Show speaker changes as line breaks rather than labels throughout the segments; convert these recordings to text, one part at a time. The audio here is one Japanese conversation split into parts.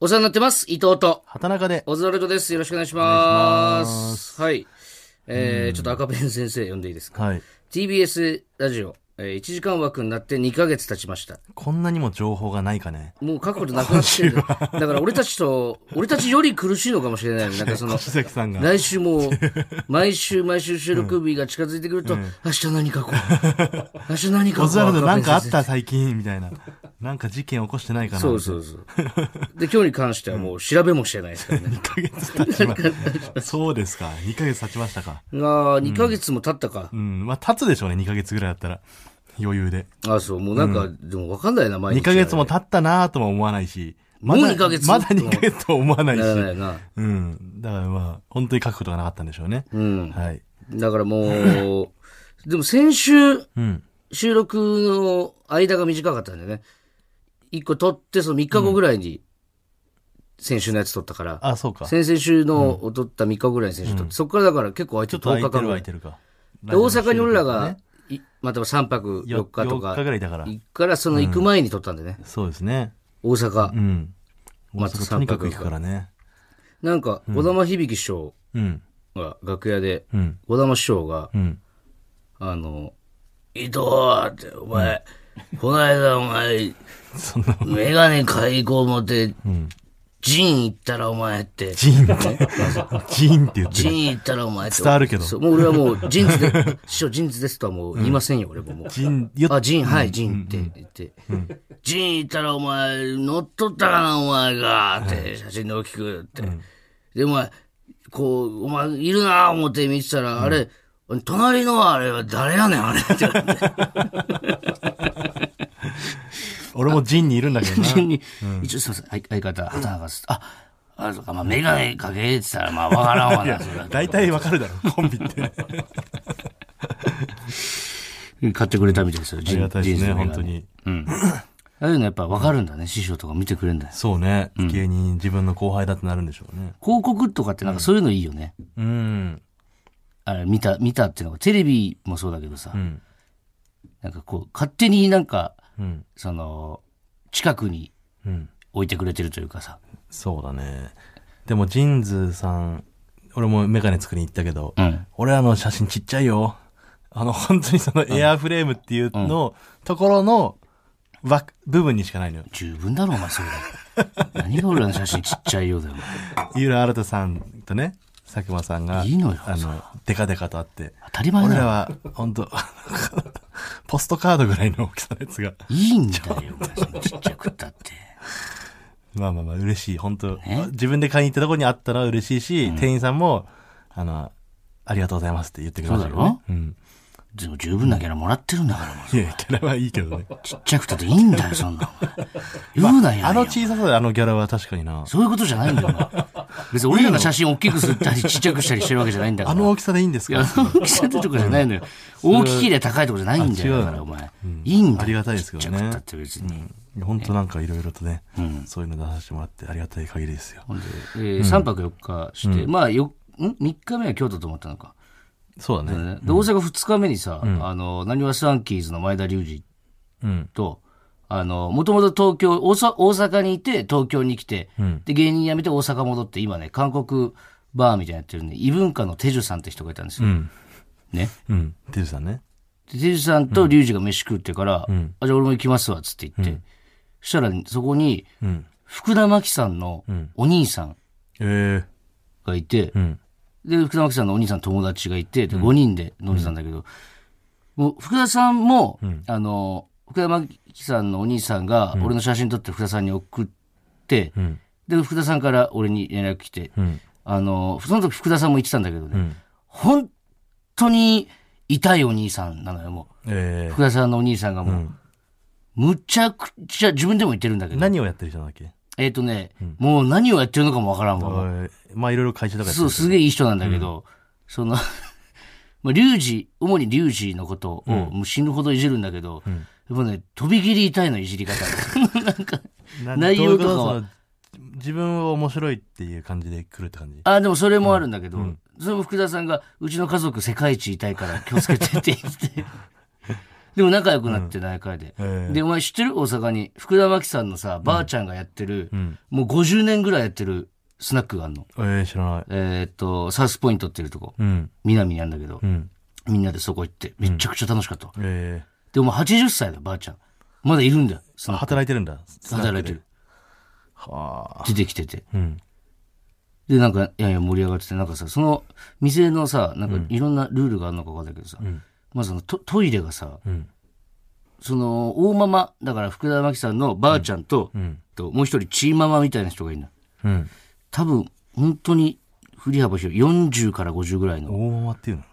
お世話になってます。伊藤と、
畑中で。
オズワルドです。よろしくお願いします。
お願いしま
はい。えー、ちょっと赤ペン先生呼んでいいですか。
はい。
TBS ラジオ、えー、1時間枠になって2ヶ月経ちました。
こんなにも情報がないかね。
もう書くことなくなってる。だから俺たちと、俺たちより苦しいのかもしれない。なんかそ の、
木崎さんが。
来週 もう、毎週毎週収録日が近づいてくると、明日何書こう。明日何書こう。
オズワルドなんかあ
赤ペン先生
った最近みたいな。なんか事件起こしてないかな。
そうそうそう。で、今日に関してはもう調べもしてないです からね。
2ヶ月経ちました。 そうですか。2ヶ月経ちましたか。
ああ、2ヶ月も経ったか
う。ん。まあ、経つでしょうね。2ヶ月ぐらいだったら。余裕で。
ああ、そう、もうなんか、でも分かんないな、毎日。
2ヶ月も経ったなぁとも思わないし。
もう
まだ
2ヶ月
まだ2ヶ月とも思わないし
な。らないよな。
うん。だからまあ、本当に書くことがなかったんでしょうね。
うん。
はい。
だからもう、 でも先週、
うん。
収録の間が短かったんでね。1個撮って、その3日後ぐらいに、先週のやつ撮ったから。
あ、そうか。ちょ
先々週のを撮った3日後ぐらいに先週撮って、そこからだから結構空いて
っと
10
空い
日
て
間
る
ぐ
空
ら
い
い。
てるか。
で、大阪に俺ら
ね
が、いまあ、多分3泊4日と
4日ぐ
か、
らいだから。
行くからその行く前に撮ったんでね。
そうですね。
大阪
う。ん。
まあ
まあ、
散
と
歩
にかく行くからね。
なんか、小玉響師匠
うん。
が楽屋で、
うん。
小玉師匠が、
うん。
あの、伊藤って、お前、この間お前、
そんな、
メガネ買いこう思って、ジン行ったらお前って、
ジーン って、ジーンって言って
ジ
る。
ン行ったらお前って。
伝わるけど
そうもう俺はもう、ジンズ で、師匠ジンズですとはもう言いませんよ、俺ももう。
ジーン、よ
あ、ジン、はい、ジンって言って、ジン行ったらお前、乗っとったかな、お前が、って、写真で大きくって。で、お前、こう、お前、いるな、思って見てたら、あれ、隣のあれは誰やねん、あれって。
俺もジーンにいるんだけどな。
単純に、一応すいません、相相方、畑中です。あ、あれとか、まあ、メガネかけってたら、まあ、わからんわな、それは
大体わかるだろ、コン ビって。あ
買ってくれたみたいですよ、ジ
り
ン
がたいで
ジ
す
ンズ
ね、
のメ
本
ガ
当
ネ
に。
ああいうのやっぱわかるんだね、師匠とか見てくれるんだよ。
そうね。芸人、自分の後輩だってなるんでしょうね。
広告とかってなんかそういうのいいよね。
うん。
あれ、見た、見たっていうのが、テレビもそうだけどさ、
ん
なんかこう、勝手になんか、
うん。
その、近くに
うん。
置いてくれてるというかさ、
そうだね。でも、ジーンズさん、俺もメガネ作りに行ったけど、
うん。
俺らの写真ちっちゃいよ。あの、本当にそのエアーフレームっていうの、ところの、わ、部分にしかないのよ。
十分だろ、お前、 それで。何が俺らの写真ちっちゃいようだよ、お前
井浦新さんとね、佐久間さんが、
いいのよ
あの、デカデカと会って、
当たり前だ
俺ら
よ。
は、本当ポストカードぐらいの大きさのやつが、
いいんだよ、お前、そのちっちゃくったって。
まあまあまあ嬉しい、本当
ね
自分で買いに行ったとこにあったら嬉しいし、店員さんも、あの、ありがとうございますって言ってくれましたけどね。うん。
でも十分なキャラもらってるんだから、も
いや、キャラはいいけどね。
うちっちゃくたっていいんだよ、そんなの。言うなよ。
あの小ささであのギャラは確かにな。
そういうことじゃないんだよ、お前別に俺らが写真大きくすった り、ちっちゃくしたりしてるわけじゃないんだか
あ
ら。
の大きさでいいんです
いや
か
あの大きさでとかじゃないのよ。大きいで高いとかじゃないんだ
あ
よ、
違う
だからお前。いいんだよ。
ありがたいですけどね
ちっちゃくたって別に。
うん本当なんかいろいろとね、そういうの出させてもらってありがたい限りですよ。
ほんで、えー3泊4日して、まあ、よ、ん ?3 日目は京都と思ったのか。
そうだね。
で、大阪2日目にさ、あの、なにわスワンキーズの前田隆二
うん。
と、あの、もともと東京、大阪大阪にいて、東京に来て、で、芸人辞めて大阪戻って、今ね、韓国バーみたいなのやってるね、異文化のテジュさんって人がいたんですよ。
うん。
ね。
うん。てるさんね。
で、テジュさんとリュウジが飯食ってから、あ、じゃあ俺も行きますわ、つって言って。そしたら、そこに、
うん。
福田真紀さんのお兄さん
え
がいて
え、うん。
で、福田真紀さんのお兄さんの友達がいて、で、5人で飲んでたんだけど、もう、福田さんも、あの、福田真紀さんのお兄さんが、俺の写真撮って福田さんに送って、
ん
で、福田さんから俺に連絡来て、
うん。
あの、その時福田さんも言ってたんだけどね、
ん
本当に痛いお兄さんなのよ、も
え
う。
え
福田さんのお兄さんがもう、むちゃくちゃ、自分でも言ってるんだけど、
何をやってる人なんだっけ
えっ、とね、もう何をやってるのかもわからんわ、もう
おいまあいろいろ会社とかやって
そう、すげえいい人なんだけど、その、 まあ、リュウジ、主にリュウジのことを、もう死ぬほどいじるんだけど、やっぱね、飛び切り痛いのいじり方。なんか、
な
内容とかは
どういうことその自分を面白いっていう感じで来るって感じ
あ、でもそれもあるんだけど、 それも福田さんが、うちの家族世界一痛いから気をつけてって言って、でも仲良くなって内科で、
へえ
でお前知ってる大阪に福田真紀さんのさばあちゃんがやってる、もう50年ぐらいやってるスナックがあるの
えー、知らない。
えーっとサウスポイントっていうとこ
うん。
南にあるんだけど、
うん。
みんなでそこ行ってめちゃくちゃ楽しかった、
え
でも80歳だばあちゃんまだいるんだよス
ー、
ナック
働いてるんだ。
働いてる
はあ。
出てきてて
うん。
で、なんか、いやいや盛り上がってて、なんかさ、その店のさ、なんかいろんなルールがあるのかわかんないけどさ、まずそのトトイレがさ、
ん
その、大ママ、だから福田真紀さんのばあちゃんと、ともう一人、チーママみたいな人がいるの。
うん。
多分、本当に、振り幅広い。40から50ぐらいの
大ママっていうの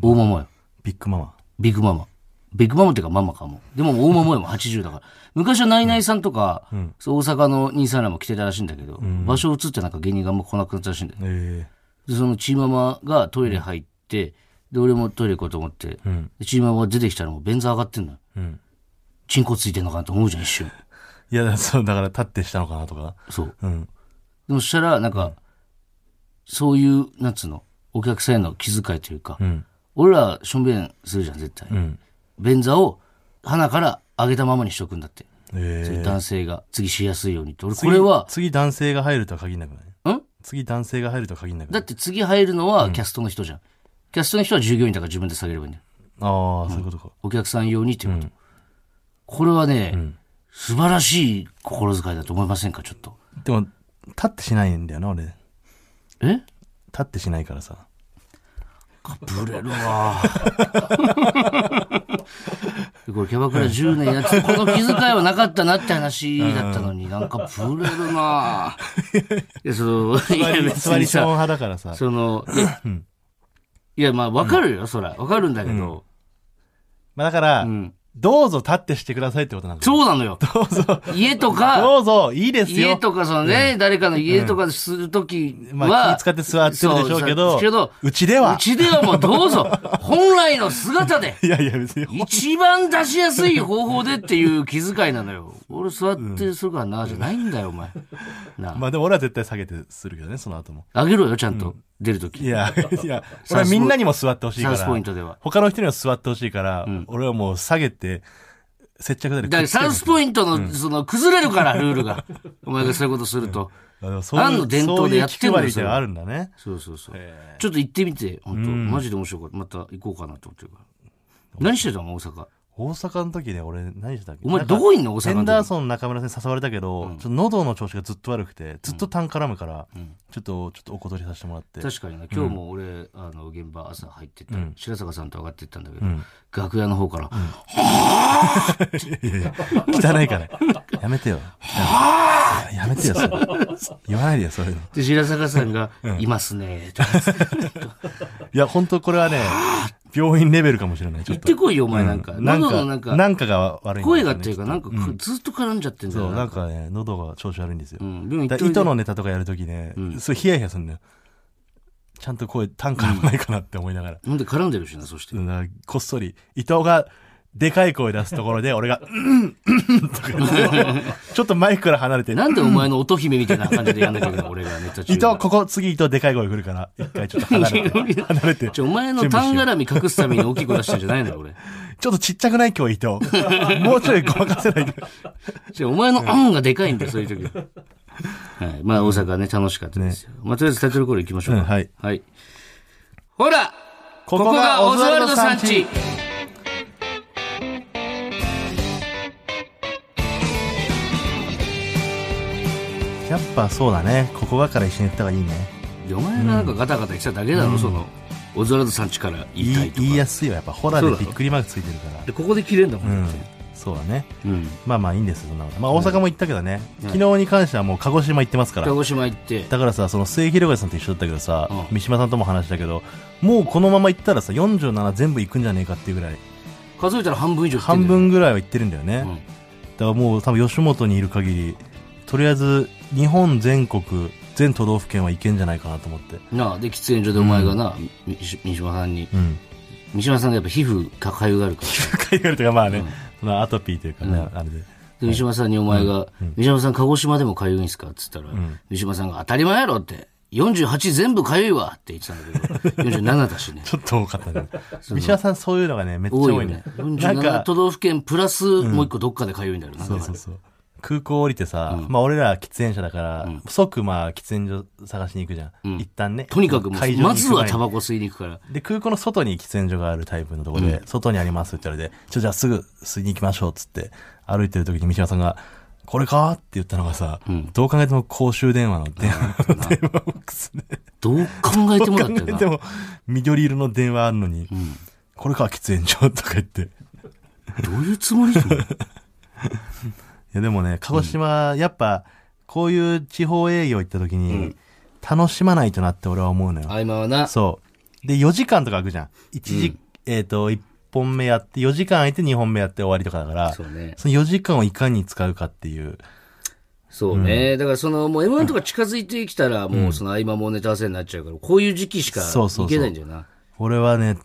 大ママよ。
ビッグママ。
ビッグママ。ビッグママっていうかママかも。でも大ママよも80だから。昔はナイナイさんとか、そう大阪の兄さんらも来てたらしいんだけど、場所移ってなんか芸人があんま来なくなったらしいんだよ。
え
で、そのチーママがトイレ入って、で、俺もトイレ行こうと思って、
ん
でチーママが出てきたらもう便座上がってんのよ。
えうん。
チンコついてんのかなと思うじゃん、一瞬。
いや、そう、だから立ってしたのかなとか。
そう。
うん。
でもそしたら、なんか、そういう、なんつうの、お客さんへの気遣いというか、
うん。
俺ら、しょんべんするじゃん、絶対。
うん。
便座を、鼻から上げたままにしとくんだって。
ええ
男性が、次しやすいようにって。俺、これは、
次男性が入るとは限らなくない
ん
次男性が入るとは限らなく
だ
ない
って次入るのはキャストの人じゃん。キャストの人は従業員だから自分で下げればいいんだよ。
ああ、そういうことか。
お客さん用にっていうこと、これはね、素晴らしい心遣いだと思いませんかちょっと
でも、立ってしないんだよな、俺。立
え
ってしないからさ。
かぶれるわ これキャバクラ10年やっててこの気遣いはなかったなって話だったのに、なんかぶれるないやそのい
座
や
り、
別
座り
に
シ
さ
ョン派だからさ。
そのいやいやまあわかるよ、そらわかるんだけど、
まあだから、
ん
どうぞ立ってしてくださいってことなんだよ
そうな のよ家とか
どうぞ、いいです
家
よ。
とか、そのね、誰かの家とかするときは、
まあ、気使って座ってるでしょ
そ
うけど、
うけど
うちでは
う。ちではもうどうぞ、本来の姿で、
いやいや、別に。
一番出しやすい方法でっていう気遣いなのよ。俺座ってするからな、じゃないんだよ、お前。な
まあでも俺は絶対下げてするけどね、その後も。
あ、あげろよ、ちゃんと、出るとき。
いや、いや、俺はみんなにも座ってほしい
サ
か
ウスポイン
ら。
トでは。
他の人には座ってほしいから、俺はもう下げて、接着剤で
だから
くっつけ
サ
る
ウスポイントの、その、崩れる から、ルールが。お前がそういうことすると。
あでもそういう
何の伝統でやってんの
そう
よ
いう気配りみたいなのあるんだね。
そうそうそう。ちょっと行ってみて、本当マジで面白かった。また行こうかなと思ってるから。何してたの、大阪。
大阪の時ね、俺何してたっけ
お前、
なんか
どこいんの、大阪
ヘ
の
ン
時
ダーソン中村さんに誘われたけど、ちょっと喉の調子がずっと悪くて、ずっと痰絡むから、ちょっと、ちょっとお断りさせてもらって。
確かにな今日も俺、あの現場朝入ってった、白坂さんと上がってったんだけど、
ん
楽屋の方から「
いやいや、汚いから。やめてよ。汚いやめてよ、それ。言わないでよ、そういうの。
で白坂さんが「いますね」とか
いや、本当これはね、病院レベルかもしれない、ちょ
言
っ
っ
と
て。こいよお前なんか、
なん
喉
か、
のなんか
なんかが悪いんだよね
声がっていうかなん
ち
か
ょっ
く、ずっと絡んじだってんだ
と
よ
そう、
な
なんん
か
かね、喉が調子悪いんですよ
う。ん、病院行っ
だから
といで
糸のネタとかやるときね、すごいヒヤヒヤするんだよ。ちゃんと声、単価ないかなって思いながら。
なんで絡んでるしなそして、
だからこっそり、伊藤が、でかい声出すところで、俺が、うん、うん、とか言って、ちょっとマイクから離れて、
なんでお前の乙姫みたいな感じでやんなきゃいけないの 俺がネタ中
伊藤、ここ、次伊藤でかい声来るから、一回ちょっと 離れて、離れて、
ちょお前のタン絡み隠すために大きい声出してんじゃないの よ俺
ちょっとちっちゃくない今日、伊藤。もうちょいごまかせないと。
じゃあお前の案がでかいんだよそういう時ははいまあ大阪ね楽しかったですよ、まあとりあえずタイトルコール行きましょうか、
うんはい
はい、ほらここがオズワルドさんち。
やっぱそうだね。ここがから一緒に行った方がいいね。
お前がなんかガタガタ言ってただけだろ、そのオズワルドさんちから言
言
いた
い
いと
言い
か
やすいわ。やっぱホラ
そう
ー
だ
で
ろ
びっくりマークついてるから。
でここで切れんだも
うんん
だって、。
そうだね。
うん、
まあまあいいんですよ、そんなことまあ大阪も行ったけどね。昨日に関してはもう鹿児島行ってますから
鹿。児島行って
だからさ、その末広がりさんと一緒だったけどさ、
うん
三島さんとも話したけど、もうこのまま行ったらさ、47全部行くんじゃねえかっていうぐらい、
数えたら半分以上行って
半
んだよ
分ぐらいは行ってるんだよね。
うん
だからもう多分吉本にいる限り、とりあえず日本全国、全都道府県は行けんじゃないかなと思って。
なあで喫煙所でお前がな、み三島さんに
うん。
三島さんがやっぱ皮膚かかゆがるから
海外というかまあね、そのアトピーというかね、あれで。
で三島さんにお前が、三島さん鹿児島でもかゆいんすかっつったら、三島さんが当たり前やろって、 48全部かゆいわって言ってたんだけど、47だしね。
ちょっと多かったね。三島さんそういうのがね、めっちゃ
多い よ
多い
ね
ね。。なん
47
か、
都道府県プラスもう一個どっかでかゆいんだろうな。
そうそうそう。空港降りてさ、まあ俺ら喫煙者だから、即まあ喫煙所探しに行くじゃん。一旦ね。
とにかくも
会
う、ま
場に行く前に
ずはタバコ吸いに行く から。
で、空港の外に喫煙所があるタイプのところで、外にありますって言われて、ちょ、じゃあすぐ吸いに行きましょうっつって、歩いてる時に三島さんが、これかって言ったのがさ、どう考えても公衆電話の電話の電話ボックスで、
どう考えてもだったよな
で。も、緑色の電話あるのに、これか喫煙所とか言って。い
どういうつも りだろう
や、でもね、鹿児島、やっぱ、こういう地方営業行った時に、楽しまないとなって俺は思うのよ。
合間はな。
そう。で、4時間とか空くじゃん。一時、えっ、と、1本目やって、4時間空いて2本目やって終わりとかだから、
そうね。
その4時間をいかに使うかっていう。
そうね。だからその、もう M1 とか近づいてきたら、もうその合間もネタ合わせになっちゃうから、こういう時期しか
そうそうそう
行けないんだよな。
俺はね、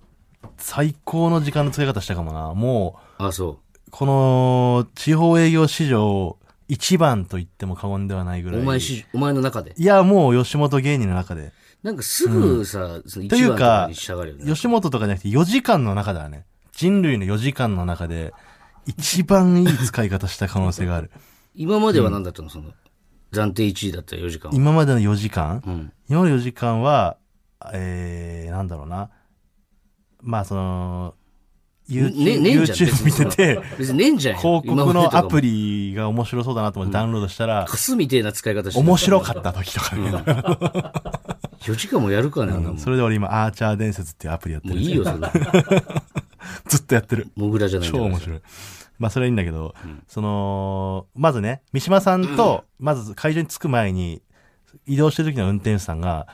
最高の時間の使い方したかもな。も、
あ、そう
この、地方営業史上、一番と言っても過言ではないぐ
う。
らい。
お前し、お前の中で。
いや、もう吉本芸人の中で。
なんかすぐさ、その一
という
番とか
か
にしたがるよね。
吉本とかじゃなくて4時間の中だね。人類の4時間の中で、一番いい使い方した可能性がある。
今までは何だったのその、暫定1位だった4時間は。
今までの4時間、
うん。
今までの4時間は、えー、なんだろうな。まあ、その、YouTube,、
ねねえんじゃん別に
YouTube 見てて、
別にねえんじゃんよ。
広告のアプ
リ。
リが面白そうだなと思ってダウンロードしたら、
カスみてえな使い方してた
面白かった時とかね、
4時間もやるかね、あんなもん
それで俺今、アーチャー伝説っていうアプリやって
もう
る。
いいよ、それ。
ずっとやってる。
モグラじゃないんだ
超
から
面白い。まあそれはいいんだけど、その、まずね、三島さんと、まず会場に着く前に、移動してる時の運転手さんが、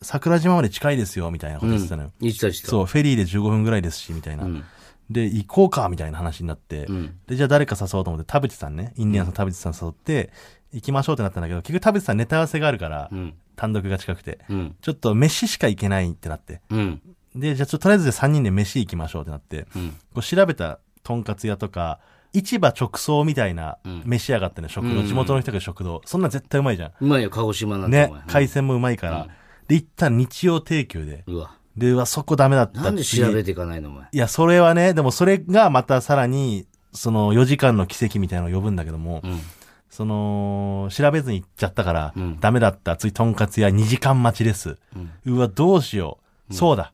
桜島まで近いですよ、みたいなこと言ってたのよ。
言ってた人。
そう、フェリーで15分ぐらいですし、みたいな。
ん
で、行こうか、みたいな話になって、
ん
で、じゃあ誰か誘おうと思って、田淵さんね、インディアンスの田淵さん誘って、行きましょうってなったんだけど、結局田淵さんネタ合わせがあるから、
ん
単独が近くて、
うん。
ちょっと飯しか行けないってなって、
うん。
で、じゃあちょっととりあえず3人で飯行きましょうってなって、
うん
こう調べたとんかつ屋とか、市場直送みたいな飯屋があったね、食堂、地元の人が食堂。そんなん絶対うまいじゃ
うまいよ、鹿児島なん
ん。
て。お
ね
前、
海鮮もうまいから。で、行ったら日曜提供で。
うわ。
で、うわ、そこダメだった
なんで
次
調べていかないの、お前。
いや、それはね、でもそれがまたさらに、その4時間の奇跡みたいなのを呼ぶんだけども、
ん
その、調べずに行っちゃったから、
ん
ダメだった。次、とんかつ屋2時間待ちです。うわ、どうしよう。そうだ。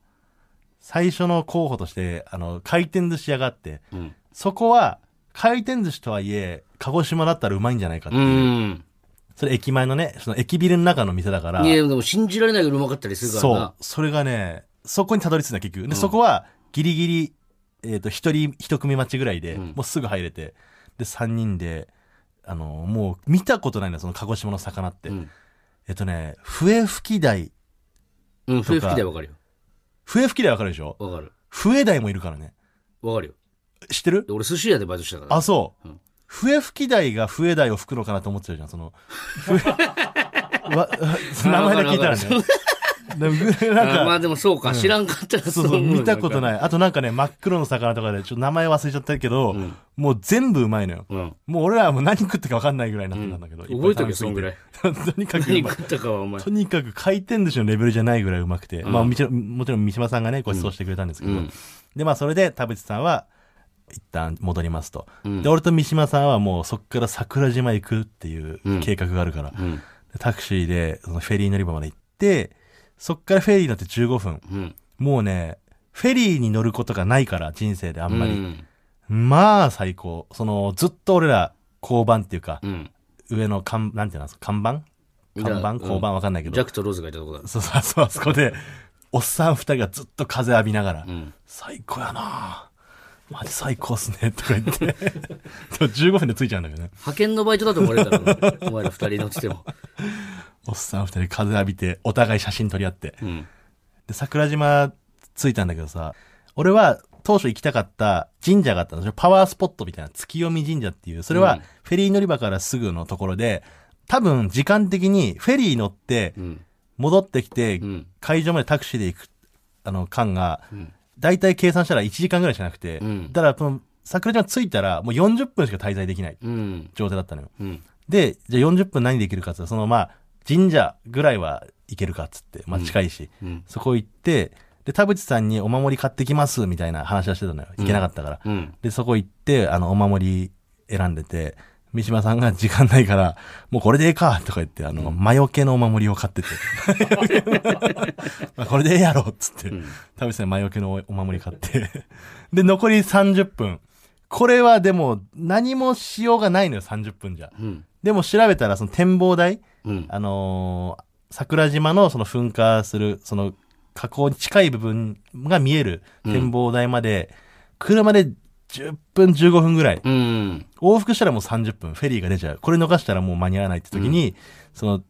最初の候補として、あの、回転寿司屋があって、
うん。
そこは、回転寿司とはいえ、鹿児島だったらうまいんじゃないかって
う
いう。
ん。
それ駅前のね、その駅ビルの中の店だから、
いや、でも信じられないぐらいうまかったりするから
そ
な
う。。それがね、そこにたどり着いた結局。で、そこは、ギリギリ、えっ、と、一人、一組待ちぐらいで、もうすぐ入れて、で、三人で、あの、もう見たことないのよその鹿児島の魚って。
ん
えっとね、笛吹き鯛。
うん、笛吹きでわかるよ。
笛吹き鯛わかるでしょ
わかる。
笛鯛もいるからね。
わかるよ。
知ってる
で俺、寿司屋でバイトしたから。
あ、そう。
うん
笛吹き鯛が笛鯛を吹くのかなと思ってたじゃん、その。笛わ 名前で聞いたらね。でもなん
あ
か
まあでもそうか、知らんかったら
そうそう、見たこと
い。
ない。あとなんかね、真っ黒の魚とかで、ちょっと名前忘れちゃったけど、もう全部うまいのよ。
うん。
もう俺らはもう何食ってか分かんないぐらいになってたんだけど。
覚えとけ、
いっぱ
そんぐ
い
ら
食
い。
べ過ぎて
何
とにかくうまい
食ったかは、お前
と。にかく回転寿司のレベルじゃないぐらいうまくて、まあみちろんもちろん三島さんがね、ご馳走してくれたんですけど、
うん
で、まあそれで田淵さんは、一旦戻りますと、
うん
で、俺と三島さんはもうそっから桜島行くっていう
うん
計画があるから、
うん。
でタクシーでそのフェリー乗り場まで行って、そっからフェリーに乗って15分。
うん。
もうね、フェリーに乗ることがないから、人生であ
あ
んまり。
り。
まあ、最高。その、ずっと俺ら、交番っていうか
う、ん。
上の看、なんていうの、看板看板
うん
交番わかんないけ
ジャ
ど。
ックとローズがいたとこだ。
そうそうそう、あそこで、おっさん二人がずっと風浴びながら
う、ん。
最高やなぁマジ最高っすね、とか言って。で も15分で着いちゃうんだけどね。
派遣のバイトだと思われたから、お 前ら二人乗ってても。
おっさん二人風浴びて、お互い写真撮り合って。
うん。
で、桜島着いたんだけどさ、俺は当初行きたかった神社があったんですよ。パワースポットみたいな、月読み神社っていう、それ
うん
はフェリー乗り場からすぐのところで、多分時間的にフェリー乗って
うん。
戻ってきて
う、ん。
会場までタクシーで行く、あの、間が
ん、
大体計算したら1時間ぐらいしかなくて
うん、
だからその桜島着いたらもう40分しか滞在できない
うん。
状態だったのよ。
うん。
で、じゃあ40分何できるかって言ったらそのまあ、神社ぐらいは行けるかっつって、まあ近いし、
うん
そこ行って、で、田淵さんにお守り買ってきますみたいな話はしてたのよ。行けなかったから。
うん
で、そこ行って、あの、お守り選んでて、三島さんが時間ないから、もうこれでええかとか言って、あの、魔除けのお守りを買ってて。 まあこれでええやろっつって、田淵さんに魔除けのおお守り買って。で、残り30分。これはでも、何もしようがないのよ、30分じゃ。
うん
でも調べたら、その展望台、
うん
あのー桜島のその噴火する、その火口に近い部分が見える展望台まで、車で10分15分ぐらい、
うん
往復したらもう30分、フェリーが出ちゃう。これ逃したらもう間に合わないって時に、その、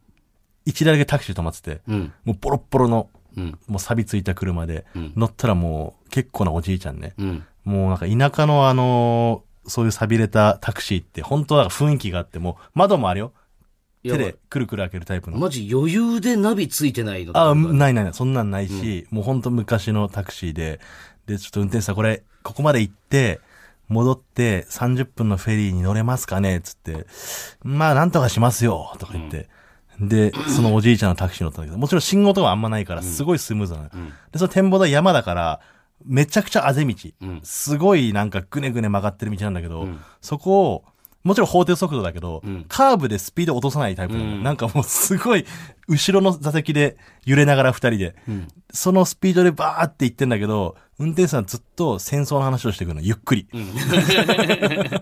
一台だけタクシー止まってて、
うん
もうボロッボロの、
うん
もう錆びついた車で、
うん
乗ったらもう結構なおじいちゃんね。
うん
もうなんか田舎のあのーそういう錆びれたタクシーって本当なんか雰囲気があって、もう窓もあるよ。
いや
手でくるくる開けるタイプの。
マジ余裕でナビついてないのとか
あ、ないないない、そんなんないし、もうほんと昔のタクシーで、で、ちょっと運転手さんこれ、ここまで行って、戻って30分のフェリーに乗れますかねつって、まあなんとかしますよとか言って、で、そのおじいちゃんのタクシー乗ったんだけど、もちろん信号とかあんまないから、すごいスムーズなの、
ん
で、その展望台山だから、めちゃくちゃあぜ道。
うん
すごいなんかぐねぐね曲がってる道なんだけど、
ん
そこを、もちろん法定速度だけど、
ん
カーブでスピード落とさないタイプなの、
うん
なんかもうすごい、後ろの座席で揺れながら二人で、
うん
そのスピードでバーって行ってんだけど、運転手さんずっと戦争の話をしてくるの、ゆっくり。
うん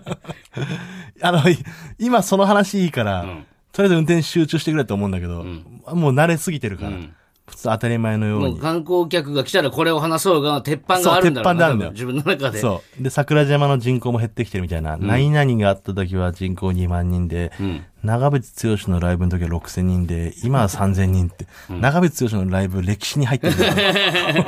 あの、い今その話いいから、
うん
とりあえず運転集中してくれと思うんだけど、
ん
もう慣れすぎてるから、
うん
普通当たり前のよう
も
に
う。観光客が来たらこれを話そうが鉄板があるんだろうな
そう鉄板なんだよ
多分自分の中で
そう。で、桜島の人口も減ってきてるみたいな。何々があった時は人口2万人で、
ん
長渕剛のライブの時は6000人で、今は3000人って、長渕剛のライブ歴史に入ってるんだ よ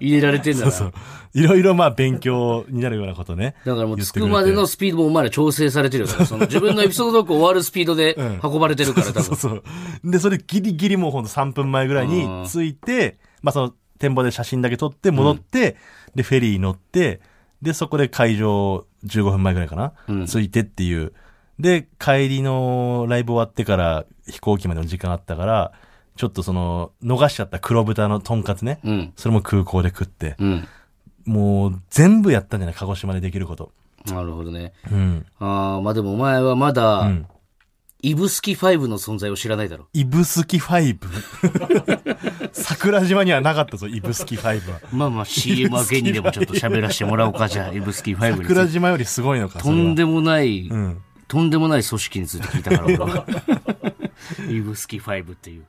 入れられてんだな
そう。いろいろまあ勉強になるようなことね。
だからもう
言
着
ってくれて
くまでのスピードもお前ら調整されてるから、その自分のエピソードトーク終わるスピードで運ばれてるから、多
そう
分。
そう。で、それギリギリもうほんと3分前ぐらいに着いて、まあその展望で写真だけ撮って戻って、で、フェリー乗って、で、そこで会場15分前ぐらいかな、着いてっていう。で、帰りのライブ終わってから飛行機までの時間あったから、ちょっとその、逃しちゃった黒豚のとんかつね。
うん。
それも空港で食って。
うん。
もう全部やったんじゃない鹿児島でできること。
なるほどね。
うん。
ああ、まあでもお前はまだ、
ん
イブスキ5の存在を知らないだろ。
イブスキ5。桜島にはなかったぞ、イブスキ5は。
まあまあ CM 明けにでもちょっと喋らせてもらおうか、じゃあ、イブスキ5につい
桜
て。
島よりすごいのか、
とんでもない、
うん。
とんでもない組織について聞いたから俺は、イブスキ5っていう。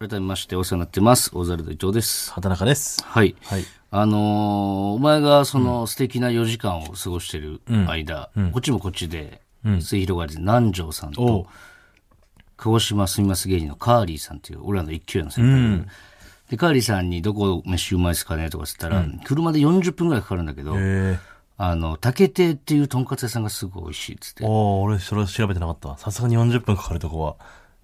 改めましてお世話になってます。オザルド伊藤です。
畑中です。
はい。
はい。
あのーお前がその素敵な4時間を過ごしてる間、
うんうん
こっちもこっちで、
うん
末広がりで南條さん
おう
と、鹿児島すみます芸人のカーリーさんっていう、俺らの一級の先
う
輩、
ん。
で、カーリーさんにどこ飯うまいですかねとかつったら、車で40分ぐらいかかるんだけど、
え
あの、竹亭っていうとんかつ屋さんがすごい美味しいっつっ
え
て。
おー俺、それ調べてなかった。さすがに40分かかるとこは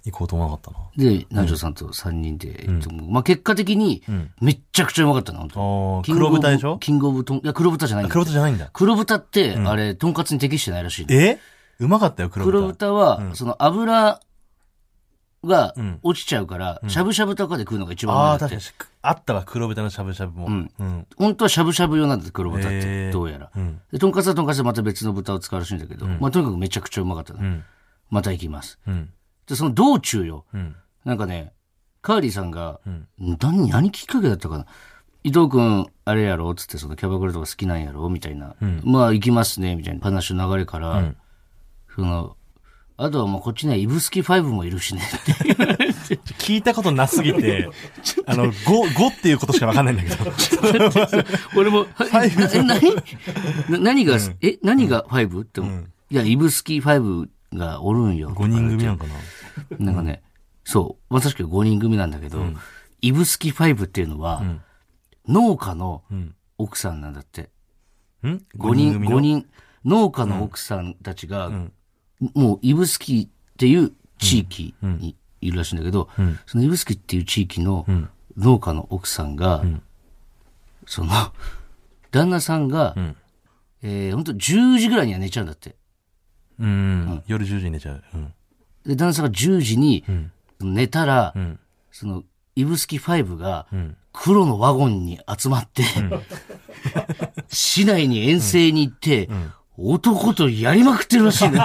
行こうと思わなかったな。
で、南條さんと3人で、えっとまあ、結果的に、めっちゃくちゃうまかったな、本当に
おー
キングオ
黒
ブ
豚でしょ
キングオブトン、いや、黒豚じゃないんだ
黒豚じゃないんだ。
黒豚って、あれ、とんかつに適してないらしいの。
えうまかったよ、黒豚。
黒豚は、その油が落ちちゃうから、しゃぶしゃぶとかで食うのが一番う
あ
まい
あ、
んだっ
確か
て
に。。あったわ、黒豚のしゃぶしゃぶも。うん。うん。
本当はしゃぶしゃぶ用なんだって、黒豚っ
へ
て。
ー
どうやら
ん。
で、とんかつはとんかつでまた別の豚を使うらしいんだけど、まあとにかくめちゃくちゃうまかった
う
ね。
ん。
また行きます。
うん。
で、その道中よ。
うん。
なんかね、カーリーさんが
ん、
何、何きっかけだったかな。伊藤君、あれやろつって、そのキャバクラとか好きなんやろみたいな。まあ、行きますね、みたいな話の流れから、その、あとはもうこっちね、イブスキ5もいるしね。
聞いたことなすぎ て、あの、5、5っていうことしかわかんないんだ け ど。
俺も、 え、な何な 何が、え、何が 5? って思う、いや、イブスキ5がおるんよ。
5人組なのかな
なんかね、そう、まさしく5人組なんだけど、イブスキ5っていうのは、農家の奥さんなんだって。
ん
5
?5
人、
人組
5
の。
人、農家の奥さんたちが、もう指宿っていう地域にいるらしいんだけど、その指宿っていう地域の農家の奥さんが、その、旦那さんが、
ん
え本当10時ぐらいには寝ちゃうんだって。
うん。夜10時に寝ちゃう。うん。
で、旦那さんが10時に寝たら、
ん
その、イブスキ5が
ん、
黒のワゴンに集まって、 市内に遠征に行って、男とやりまくってるらしいね。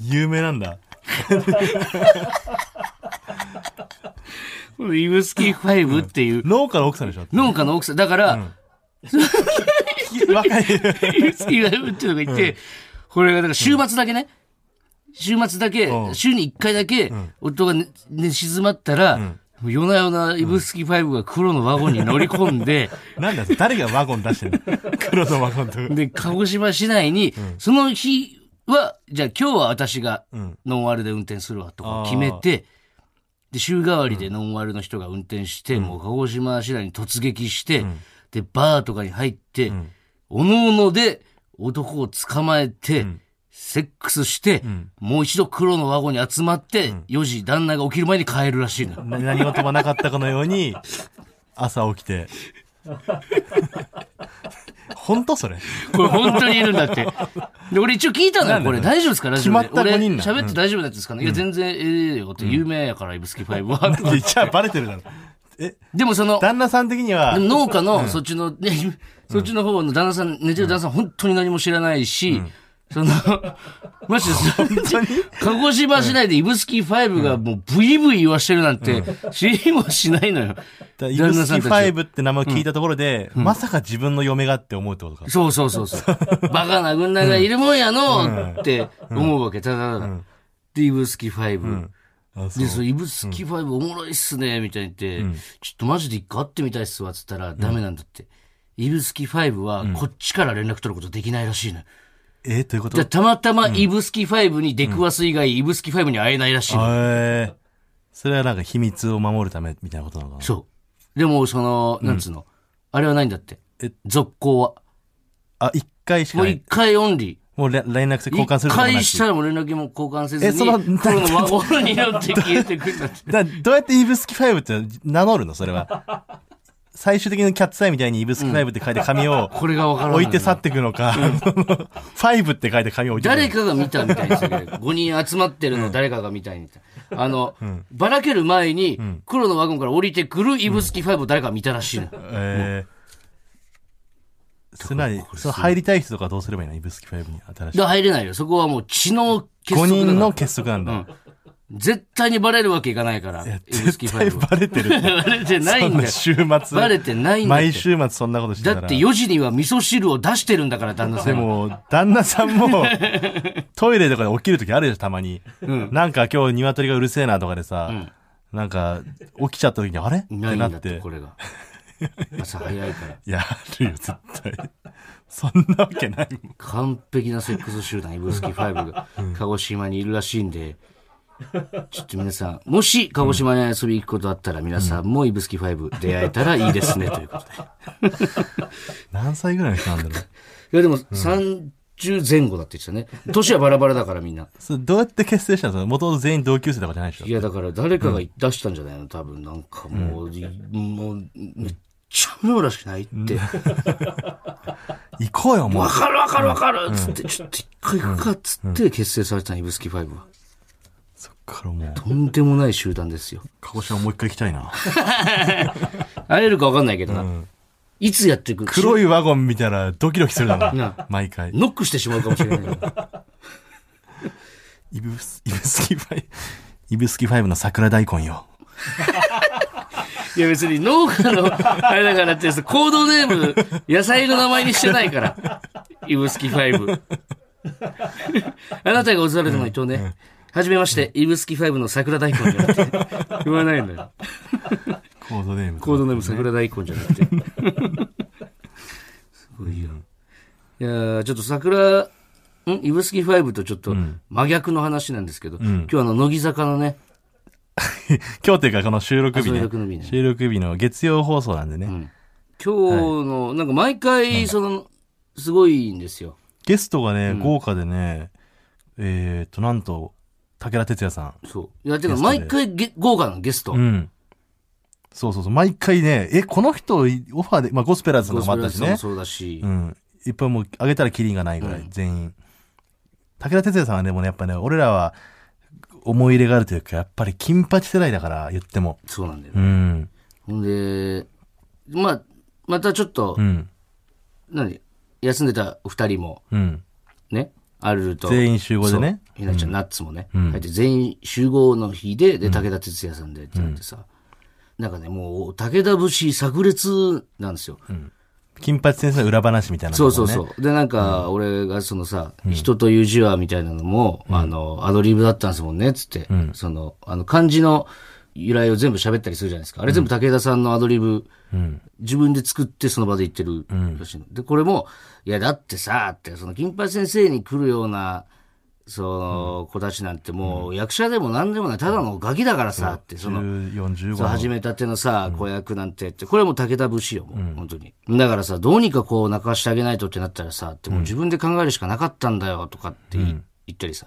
有名なんだ。
このイブスキ5っていう、
農 家の奥さんでしょ
農家の奥さん、だから、
若い。
イブスキ5っていうのがいて、これが、だから週末だけね、週末だけ、
うん
週に1回だけ、夫が寝寝静まったら、もう夜な夜なイブスキ5が黒のワゴンに乗り込んで、
なんだそれ誰がワゴン出してんの 黒のワゴンと。
で、鹿児島市内に、その日は、じゃあ今日は私が
ん
ノンアルで運転するわとか決めて、で、週替わりでノンアルの人が運転して、もう鹿児島市内に突撃して、で、バーとかに入って、おのおので男を捕まえて、セックスして、もう一度黒のワゴンに集まって、4時旦那が起きる前に帰るらしいのよ。
な何事もなかったかのように、朝起き て。本当それ。
これ 本当にいるんだって。 で、俺一応聞いたのよ、これ。大丈夫ですかラジオで。
決まった五人なの
俺、喋って大丈夫なやつですかね、いや、全然、ええよって、有名やから、イブスキファイブ は。
いやじゃあバレてるだろ。え、
でもその、
旦那さん的には
で、も農家の、そっちの、ねそっちの方の旦那さん、寝てる旦那さん、本当に何も知らないし、その、 マジでその、鹿児島市内でイブスキファイブがもうブイブイ言わしてるなんて、知りもしないのよ。
イブスキファイ
ち
ブって名前を聞いたところで、まさか自分の嫁がって思うってことか。
そうそうそうそう。 バカな軍団がいるもんやのって思うわけ。ただ、で、イブスキファイブ。
あそう
で、そう、イブスキファイブおもろいっすね、みたいに言って、ちょっとマジで一回会ってみたいっすわ、つったら、ダメなんだって。イブスキファイブは、こっちから連絡取ることできないらしいのよ。
え、ということ
じゃあたまたまイブスキファイブに出くわす以外、イブスキファイブに会えないらしいの。
えーそれはなんか秘密を守るためみたいなことなのかな。
そう。でも、その、なんつうの、あれはないんだって
え。
続行は。
あ、一回しか
もう
ない
一。回オンリー。
もうれ連絡先交換する
一
とかな
回
い
したらもう連絡も交換せず
え
に、
その
このワゴンに乗って消えてくるんだ って。
だどうやってイブスキファイブって名乗るのそれは。最終的にキャッツアイみたいにイブスキファイブって書いて紙を
これがわからない。
置いて去っていくのか、ファイブって書いて紙を置いてくの
誰かが見たみたいにする。5人集 まってるの誰かが見たいに。あの、ばらける前に、黒のワゴンから降りてくるイブスキ5を誰かが見たらしいの。
えー、それなり、その入りたい人とかどうすればいいのイブスキファイブに新しい
で、。入れないよ。そこはもう血の結束だ
5人
か
の
ら。
結束なんだ。
絶対にバレるわけいかないから、イブスキ
絶対
5は。
バレてる。
バレてないんだよ。
週末。
バレてないんだって
毎週末そんなことしてた
だ
ら。
って4時には味噌汁を出してるんだから、旦那さ
で
んは。
も、旦那さん も、トイレとかで起きるときあるじゃん、たまに。なんか今日鶏がうるせえなとかでさ、なんか、起きちゃったときに、あれって
ないんだ
な
っ、
ってて
こ。れが。朝早いから。
いや、あるよ、絶対。 そんなわけないもん。
完璧なセックス集団、イブスキ5が、鹿児島にいるらしいんで、ちょっと皆さん、もし鹿児島に遊びに行くことあったら、皆さんもイブスキ5出会えたらいいですね、ということで。
何歳ぐらいの人なんだろ
い
う。
や、でも30前後だって言ってたね。年はバラバラだからみんな。
それどうやって結成したのもともと全員同級生とかじゃないでしょ
いや、だから誰かが出したんじゃないの多分、なんかもう、もう、めっちゃ無らしくないって。
行こうよ、もう
わ。かるわかるわかるっつって、ちょっと一回行くかっつって結成されたイブスキ5は。
そっからもう、
とんでもない集団ですよ。
鹿児島もう一回行きたいな。
会えるか分かんないけどな。いつやってくる
黒いワゴン見たらドキドキするだろ
な
う、毎回。
ノックしてしまうかもしれない。
イブス、イブスキファイブ、イブスキファイブの桜大根よ。
いや別に農家の、 あれだからって、コードネーム、野菜の名前にしてないから。イブス キ5。あなたがお座れても伊藤ね。はじめまして、イブスキ5の桜大根じゃなく て。言わないんだよ。
コードネーム。
コードネーム桜大根じゃなくて。すごいよ。いやーちょっと桜、んイブスキ5とちょっと真逆の話なんですけど、今日あの、乃木坂のね、
今日というかこの収録日ね。
あ収録の日ね
収録日の月曜放送なんでね。
今日の、なんか毎回、その、すごいんですよ。
ゲストがね、豪華でね、えっ、と、なんと、武田鉄矢さん。
そう。いや、てか毎回ゲ豪華なのゲスト。
うん。そうそうそう。毎回ね、え、この人、オファーで、まあ、ゴスペラーズさんと
ゴ
か
ス
も
ペラ
あった
ーズ
し
さんも
ね。
そうだし
う、ん。いっぱいもう、あげたらキリがないぐらい、全員。武田鉄矢さんはでもね、やっぱね、俺らは、思い入れがあるというか、やっぱり金八世代だから、言っても。
そうなんだよ
う
ね。
ん。
ほんで、まあ、またちょっと
う、ん。
何休んでたお二人も、
うん。
ね、アルルと、
全員集合でね。
ひなちゃん、ナッツもね、入って全員集合の日で、で、武田鉄矢さんでってなってさ、なんかね、もう、武田節炸裂なんですよ。
金八先生の裏話みたいなの
そ
も
う
ね。
そうそう。で、なんか、俺がそのさ、人という字はみたいなのも、あの、アドリブだったんですもんね、つって、その、あの、漢字の由来を全部喋ったりするじゃないですか。あれ全部武田さんのアドリブ、自分で作ってその場で言ってるらしいの。で、これも、いや、だってさ、って、その、金八先生に来るような、その、子たちなんてもう、役者でも何でもない、ただのガキだからさ、って、その、
14、
そう
15。
始めたてのさ、子役なんてって、これはもう武田節よ、もう、本当に。だからさ、どうにかこう泣かしてあげないとってなったらさ、ってもう自分で考えるしかなかったんだよ、とかってい言ったりさ。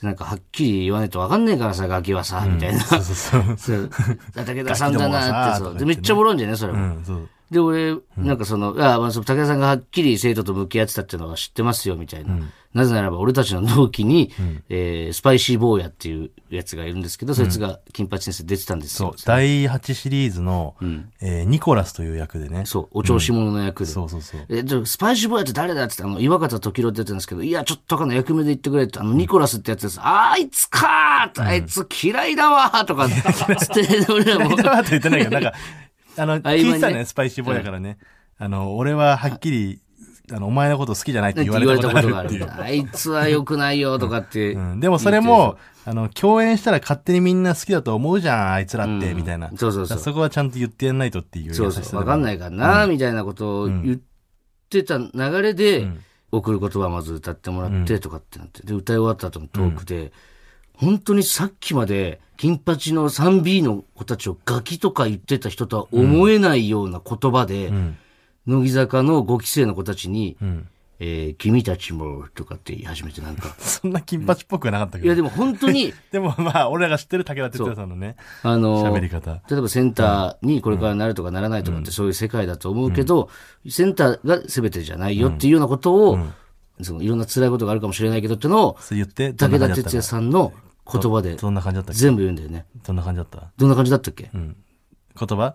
でなんかはっきり言わないとわかんねえからさ、ガキはさ、みたいな。
そうそうそう。
そう 武田さんだなって
ガキどもはさとか言
そ
っ
う。
て
で、めっちゃおもろいんじゃね、それ
う
も。
ん、そう。
で、俺、なんかその、あまあ、その武田さんがはっきり生徒と向き合ってたっていうのは知ってますよ、みたいな。なぜならば、俺たちの同期に、えースパイシー坊やっていうやつがいるんですけど、そいつが金八先生出てたんです
そ
よ
う。。第8シリーズの、えーニコラスという役でね。そ
そう、お調子者の役で。
うそうそう。
えでスパイシーボーイって誰だって言って、あの、岩方時郎ってやつなんですけど、いや、ちょっとかの役目で言ってくれって、あの、ニコラスってやつです。あいつかーってあいつ嫌いだわーとか、 つって、俺らも、
その後言ってないけど、 なんか、あの、
間にね
聞いてたね、スパイシーボーイだからね。あの、俺ははっきり、あの、お前のこと好きじゃないって
言
言
わ
われた
れ
こ
た
とが
こ
あ
と
る
があ
ってい
る
う。。
あいつは良くないよとかって。
うん、でもそれも、あの、共演したら勝手にみんな好きだと思うじゃん、あいつらって、みたいな。
そうそうそう
だからそこはちゃんと言ってやんないとっていう優しさ
そう
で。
そう、わかんないからな、みたいなことを言ってた流れで、送る言葉まず歌ってもらってとかってなって、で、歌い終わった後のトークで、本当にさっきまで、金八の 3B の子たちをガキとか言ってた人とは思えないような言葉で、乃木坂の5期生の子たちに、えー君たちもとかって言い始めてなんか、
そんな金八っぽくはなかったけ
い
ど。
やでも本当 に、
でもまあ、俺らが知ってる武田鉄矢さんのね、
あのー
喋り方。
例えばセンターにこれからなるとかならないとかってそういう世界だと思うけど、センターが全てじゃないよっていうようなことを、そのいろんな辛いことがあるかもしれないけどってのを、
そう言って、どん
武
な
田
感じだった
鉄矢さんの言葉で
どんな感じだったっけ
全部言うんだよね。
どんな感じだった
どんな感じだったっけ、
言葉、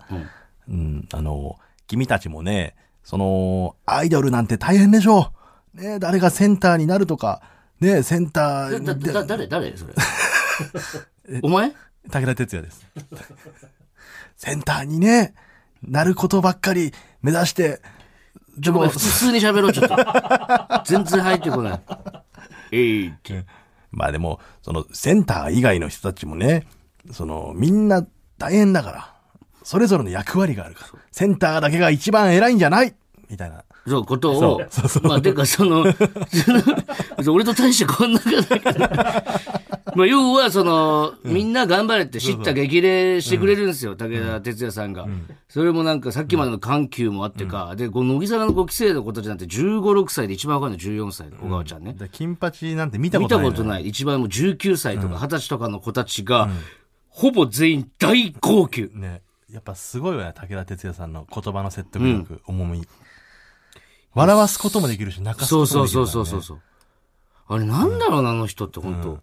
うん、あの、君たちもね、その、アイドルなんて大変でしょう。ね誰がセンターになるとか、ねセンター
だ、だ、
で、
だ、誰誰それ。お前
武田鉄矢です。 センターにね、なることばっかり目指して、
ちょ、ごめん、普通に喋ろう、ちょっと。 全然入ってこない。えいって。
まあでも、その、センター以外の人たちもね、その、みんな大変だから、それぞれの役割があるから、センターだけが一番偉いんじゃないみたいな。
そう、ことを、まあ、てか、その、 その俺と大してこんなことないけど、まあ、要は、その、みんな頑張れって知った激励してくれるんですよ、武田鉄矢さんが。それもなんか、さっきまでの緩急もあってか、で、この乃木坂の5期生の子たちなんて15、6歳で一番若いの14歳で、小川ちゃんね。
で金八なんて見たこ
見
と
た
ない、ね。
ことない、一番もう19歳とか20歳とかの子たちが、ほぼ全員大号泣。
ね。やっぱすごいよね、武田鉄矢さんの言葉の説得力、重み。笑わすこともできるし、泣かす
そ
こ
う
とも
そ
で
う
きるから、
そ
ね。
うそうそうそう。あれ、なんだろうな、あの人って、本当、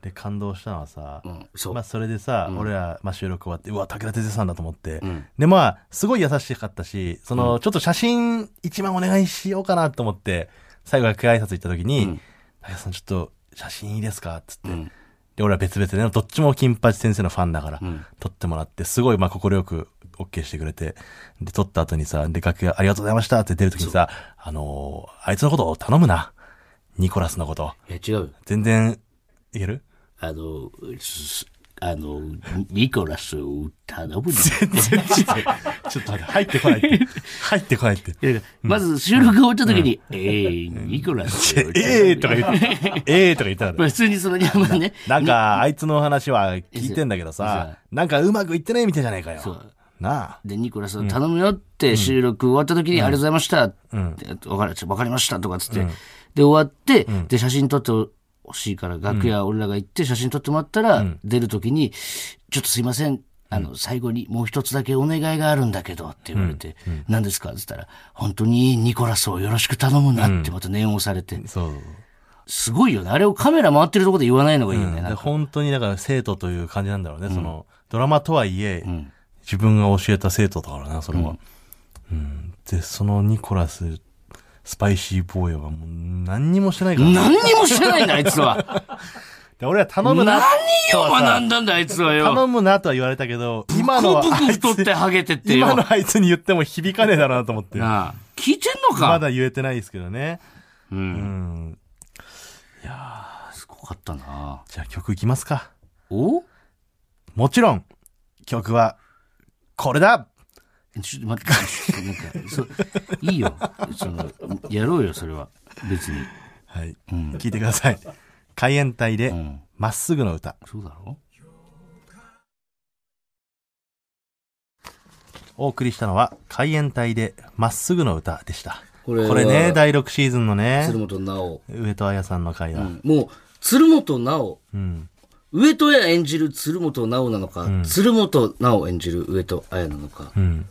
で、感動したのはさ、
んそう
まあ、それでさ、俺ら、まあ、収録終わって、うわ、武田鉄矢さんだと思って、で、まあ、すごい優しかったし、その、ちょっと写真一枚お願いしようかなと思って、最後楽屋挨拶行った時に、武田さんちょっと写真いいですかっつって、で、俺は別々でね、どっちも金八先生のファンだから、撮ってもらって、すごい、まあ、快く、OK してくれて、で、撮った後にさ、で、楽屋ありがとうございましたって出る時にさ、あのーあいつのことを頼むな。ニコラスのこと。
いや、違うよ。
全然、いける
あの、すあの、ニコラスを頼むの。
ちょっと待って、入ってこないって。入ってこないって。
まず収録終わった時に、えー、ニコラスを頼む。
ええとか言って、ええとか言ったか
ま
ら。
あ普通にその、いやまあね、
なんか、あいつの話は聞いてんだけどさ、なんかうまくいってないみたいじゃないかよ。なあ。
で、ニコラスを頼むよって収録終わった時に、ありがとうございましたって、わかりわかりましたとかっつって、で、終わって、で、写真撮ってほしいから、楽屋俺らが行って写真撮ってもらったら、出る時に、ちょっとすいません、あの、最後にもう一つだけお願いがあるんだけどって言われて、何ですかって言ったら、本当にニコラスをよろしく頼むなってまた念を押されて、
そう。
すごいよね。あれをカメラ回ってるとこで言わないのがいいよね。なん
で
か
本当にだから生徒という感じなんだろうね。その、ドラマとはいえ、自分が教えた生徒だからな、それは。うん。で、そのニコラス、スパイシーボーイはもう何にもしてないからね。
何にもしてないんだ、あいつは。
で俺は頼む
何
なと
を
はさ
学んだんだ、あいつはよ。
頼むなとは言われたけど、今のは
ブ、クブク太ってハゲてって
今
よ。
のあいつに言っても響かねえだろうなと思って。ま
なあ。聞いてんのか、
だ言えてないですけどね。
う。
うんん。
すごかったな。
じゃあ曲いきますか。
お
もちろん、曲は、これだ
ちょっと待って、なんか、そう、いいよ。その、やろうよ、それは。別に。
はい。
うん。
聞いてください。海援隊で
う、ん。
まっすぐの歌。
そうだろ
お送りしたのは、海援隊で、まっすぐの歌でした。
こ
これね、第6シーズンのね、
鶴本直。
上戸彩さんの回
う
だ。
ん。もう、鶴本直。
うん。
上戸彩演じる鶴本直なのか、
ん
鶴本直演じる上戸彩なのか、
うん。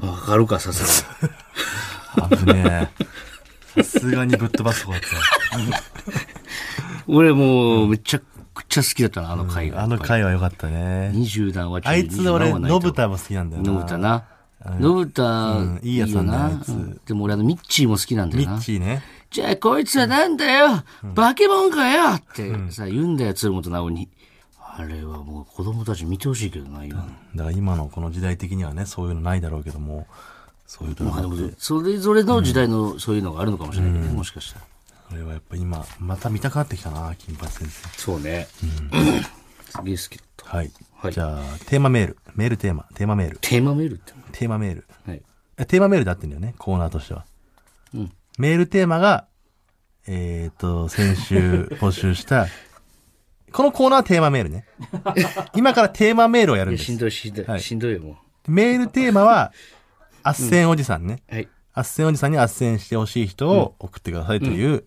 わかるか、さすが
危ねえ。さすがにぶっ飛ばす方だった。
に。俺もう、めちゃくちゃ好きだったな、あの回が。
あの回は良かったね。
20段はちょっ
あ
と
いつ俺、のぶ
た。
たも好きなんだよな。
のぶた。な。のぶた
ん、いいやつなんだよ
よ
あいつ
うんでも俺、あの、ミッチーも好きなんだよ
ミ
な。
ッチーね。
じゃあこいつはなんだよ、バケモンかよってさ、言うんだよ、鶴本直に。あれはもう子供たち見てほしいけどな、今の。
だから今のこの時代的にはね、そういうのないだろうけども、そういうドラ
まあ
マ
でも、それぞれの時代のそういうのがあるのかもしれないけどね、もしかしたら。
これはやっぱ今、また見たくなってきたな、金八先生。
そうね。 すげえ好きだった。
はい。
はい
じゃあ、テーマメール。メールテーマ。テーマメール。
テーマメールっての。
テーマメール。
はい。
えテーマメールで合ってんだよね、コーナーとしては。
うん
メールテーマが、えっ、と、先週 募集した、このコーナーはテーマメールね。今からテーマメールをやる
い
ん
や
で
しん
す。
どい、しんど
はい
い、しんどいよ、も
メールテーマは、あっせんおじさんね。
う。はい。
あっせんおじさんにあっせんしてほしい人を送ってくださいという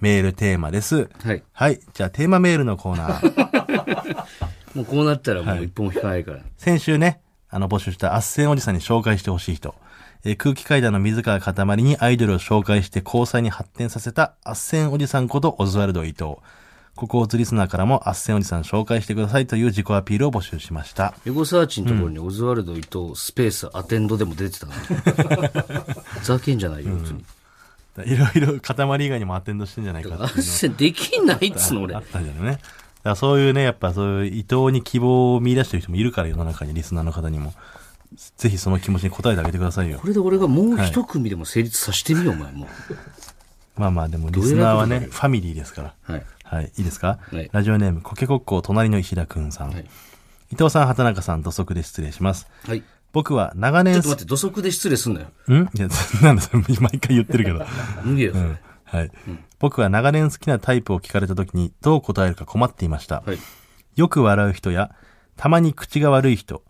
メールテーマです。
はい。
はい。じゃあ、テーマメールのコーナー。
もうこうなったらもう一本も引かないから。
先週ね、あの募集したあっせんおじさんに紹介してほしい人。えー空気階段の水川かたまりにアイドルを紹介して交際に発展させたあっせんおじさんことオズワルド伊藤。ここをつリスナーからもあっせんおじさん紹介してくださいという自己アピールを募集しました。
エゴサーチのところにオズワルド伊藤スペースアテンドでも出 てたな。ふざけんじゃないよ、別に。
いろいろかたまり以外にもアテンドしてんじゃないかって
あ
い
っせんできないっつうの
うの
俺
があ。ったんじゃないね。だからそういうね、やっぱそういう伊藤に希望を見出してる人もいるから世の中にリスナーの方にも。ぜひその気持ちに応えてあげてくださいよ
こ。れで俺がもう一組でも成立させてみよう、お前も
まあまあでもリスナーは
どういう
ね、
こ
ファミリーですから。
う。はい。
はい、いいですか、
はい
ラジオネーム、コケコッコー隣の石田くんさん。
はい
伊藤さん、畑中さん、土足で失礼します。
はい。ち
僕は長
ょ
年
っと待って、土足で失礼すんなよ。
んいや、 なんだ、それ毎回言ってるけど。
脱げよ、それ。
はい、僕は長年好きなタイプを聞かれた時にどう答えるか困っていました。
はい。
よく笑う人や、たまに口が悪い人、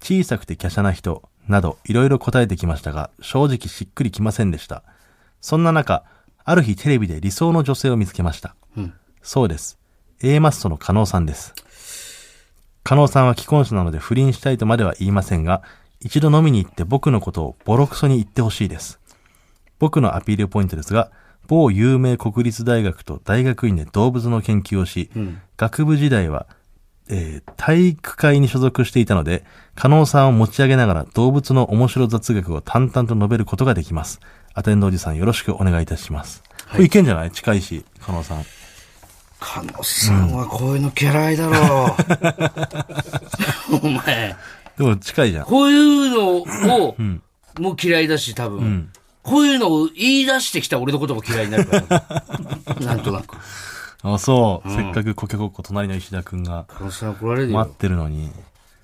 小さくて華奢な人、など、いろいろ答えてきましたが、正直しっくりきませんでした。そんな中、ある日テレビで理想の女性を見つけました。
うん。
そうです。A マストの加納さんです。加納さんは既婚者なので不倫したいとまでは言いませんが、一度飲みに行って僕のことをボロクソに言ってほしいです。僕のアピールポイントですが、某有名国立大学と大学院で動物の研究をし、
ん
学部時代は、えー体育会に所属していたので、加納さんを持ち上げながら動物の面白雑学を淡々と述べることができます。アテンドおじさんよろしくお願いいたします。これいけんじゃない近いし、加納さん。
カノさんはこういうの嫌いだろ う。お前、
でも近いじゃん。
こういうのを、もう嫌いだし、多分、こういうのを言い出してきた俺のことも嫌いになる から。なんとなく。
あ、そう。せっかくコケコッコ隣の石田くんが
カノさん怒られる
待っ
よ。
てるのに。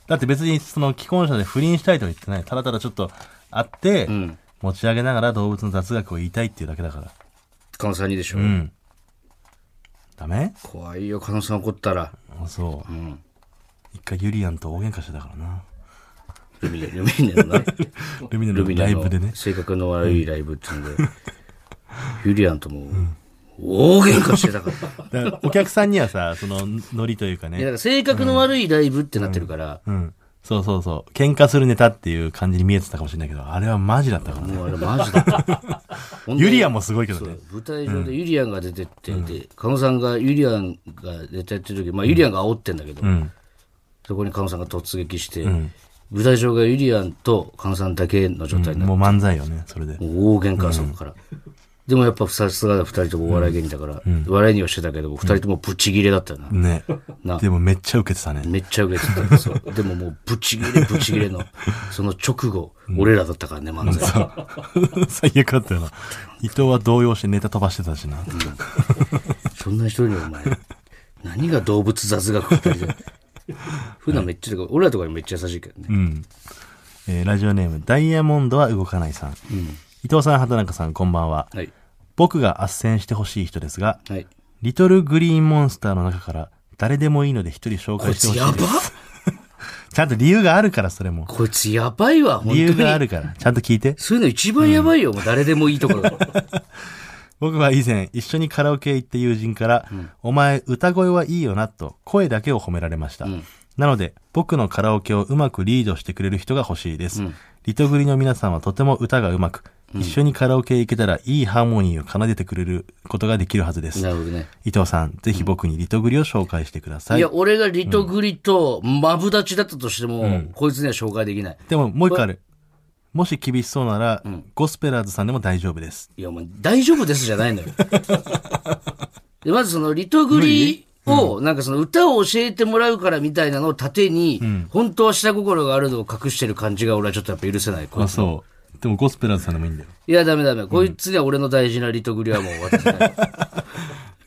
だって別にその既婚者で不倫したいとは言ってない。ただただちょっと会って、
ん
持ち上げながら動物の雑学を言いたいっていうだけだから。
カノさんにでしょ。
うん。ダメ
怖いよ、カノさん怒ったら。
あ、そう。
ん
一回ユリアンと大喧嘩してたからな。
ルミネ、ルミネ のな。
ルミネ
ル
の
ミ
ラ
ネ
イブで
の
ね。
性格の悪いライブっていうので、ユリアンとも大喧嘩してた から。
だからお客さんにはさ、その、ノリというか
いや、だか
ね。
ら性格の悪いライブってなってるから、
うん。そうそうそう。喧嘩するネタっていう感じに見えてたかもしれないけど、あれはマジだったからね。
もうあれマジ だ。
ユリア
ン
ンもすごいけど
そう
ね。
舞台上でユリアンが出てって、で、加納さんが、ユリアンが出てってる時、まあユリアンが煽ってんだけど、
うん。
そこに加納さんが突撃して、
ん
舞台上がユリアンと加納さんだけの状態になって、
もう漫才よね、それで。
もう大喧嘩そこから。でもやっぱさすがだ、二人ともお笑い芸人だから、笑いにはしてたけど、二人ともブチギレだったな。
ね
な。
でもめっちゃ受けてたね。
めっちゃ受けてたそうでももうブチギレブチギレのその直後、俺らだったからね漫才
最悪だったよな。伊藤は動揺してネタ飛ばしてたしな。
そんな人にお前何が動物雑学二人で普段めっちゃだから俺らとかにめっちゃ優しいけどね、
うん。えーラジオネーム、ダイヤモンドは動かないさん。伊藤さん、畑中さん、こんばんは。
はい
僕が斡旋してほしい人ですが、
はい
リトルグリーンモンスターの中から、誰でもいいので一人紹
こい
介して
つ
ほし
や
い
ば
です。ちゃんと理由があるから、それも。
こいつやばいわ本
理由があ
当に
るから、ちゃんと聞いて。
そういうの一番やばいよ、もう誰でもいいところ
僕は以前、一緒にカラオケへ行った友人から、お前、歌声はいいよな、と、声だけを褒められました。なので、僕のカラオケをうまくリードしてくれる人が欲しいです。リトグリの皆さんはとても歌がうまく、一緒にカラオケへ行けたらいいハーモニーを奏でてくれることができるはずです。
なるほどね
伊藤さん、ぜひ僕にリトグリを紹介してくださ
い
い。
や俺がリトグリとマブダチだったとしても、こいつには紹介できない
でも、もう一個ある。もし厳しそうなら、ゴスペラーズさんでも大丈夫です。
いや、お前、大丈夫ですじゃないの よ。で、まずその、リトグリを、なんかその、歌を教えてもらうからみたいなのを盾に、本当は下心があるのを隠してる感じが俺はちょっとやっぱ許せない。こいつ
そう。でも、ゴスペラーズさんでもいいんだよ。
いや、ダメダメ。こいつには俺の大事なリトグリはもう渡せない。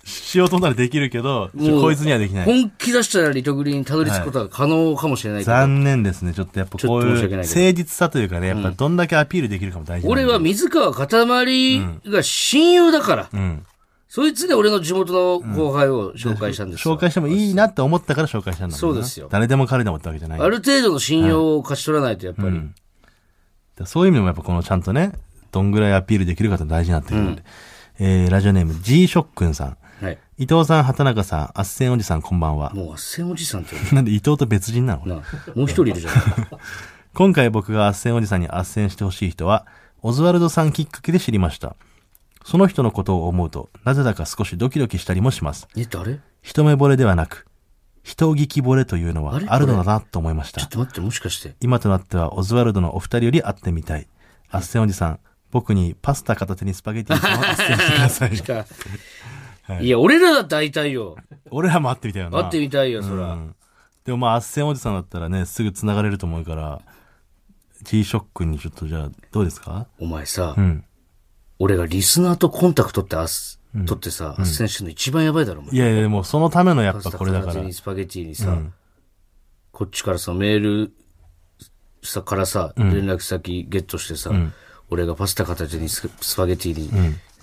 しようとならできるけど、ち
も
ょ
う
こいつにはできない。
本気出したらリトグリにたどり着くことは可能かもしれないけど、
残念ですね。ちょっとやっぱこう
ちょっと申
い
し
う
訳ないけど
誠実さというかね、やっぱどんだけアピールできるかも大事なんで
俺は水川かたまりが親友だから、
ん
そいつで俺の地元の後輩を紹介したんですよ。
紹介してもいいなって思ったから紹介したんだもんな
そうですよ
誰でも彼でもってわけじゃない。だ
あ
か
る程度の信用を勝ち取らないとやっぱり、
らそういう意味でもやっぱこのちゃんとね、どんぐらいアピールできるかって大事になってくるんで。えー、ラジオネーム G ショックンさん。
はい。
伊藤さん、畑中さん、あっせんおじさんこんばんは。
もう、あっせんおじさんって呼
なんで伊藤と別人なの
ぶな。もう一人いるじゃん。
今回僕が斡旋おじさんに斡旋してほしい人は、オズワルドさんきっかけで知りました。その人のことを思うと、なぜだか少しドキドキしたりもします。
え、誰ち
一目惚れではなく、人聞き惚れというのは
あれ
あるのだなと思いまし。
ょったと待って、もしかして。
今となってはオズワルドのお二人より会ってみたい。斡旋おじさん、僕にパスタ片手にスパゲティさんを斡 旋してく ださい。
か。いや、俺らだって会いたいよ。
俺らも会ってみたいよな。
会ってみたいよ、そら。
うんでもまあ、斡旋おじさんだったらね、すぐ繋がれると思うから、G ショックにちょっとじゃあ、どうですか
お前さ、
うん。
俺がリスナーとコンタクトってあす、取ってさ、あっせんしてんの一番やばいだろ、お前
い。やいや、でもそのためのやっぱこれだ
パスタ
か
片
ら
手。にスパゲティにさ、こっちからさ、メールさ、からさ、連絡先ゲットしてさ、俺がパスタ片手にススパゲティに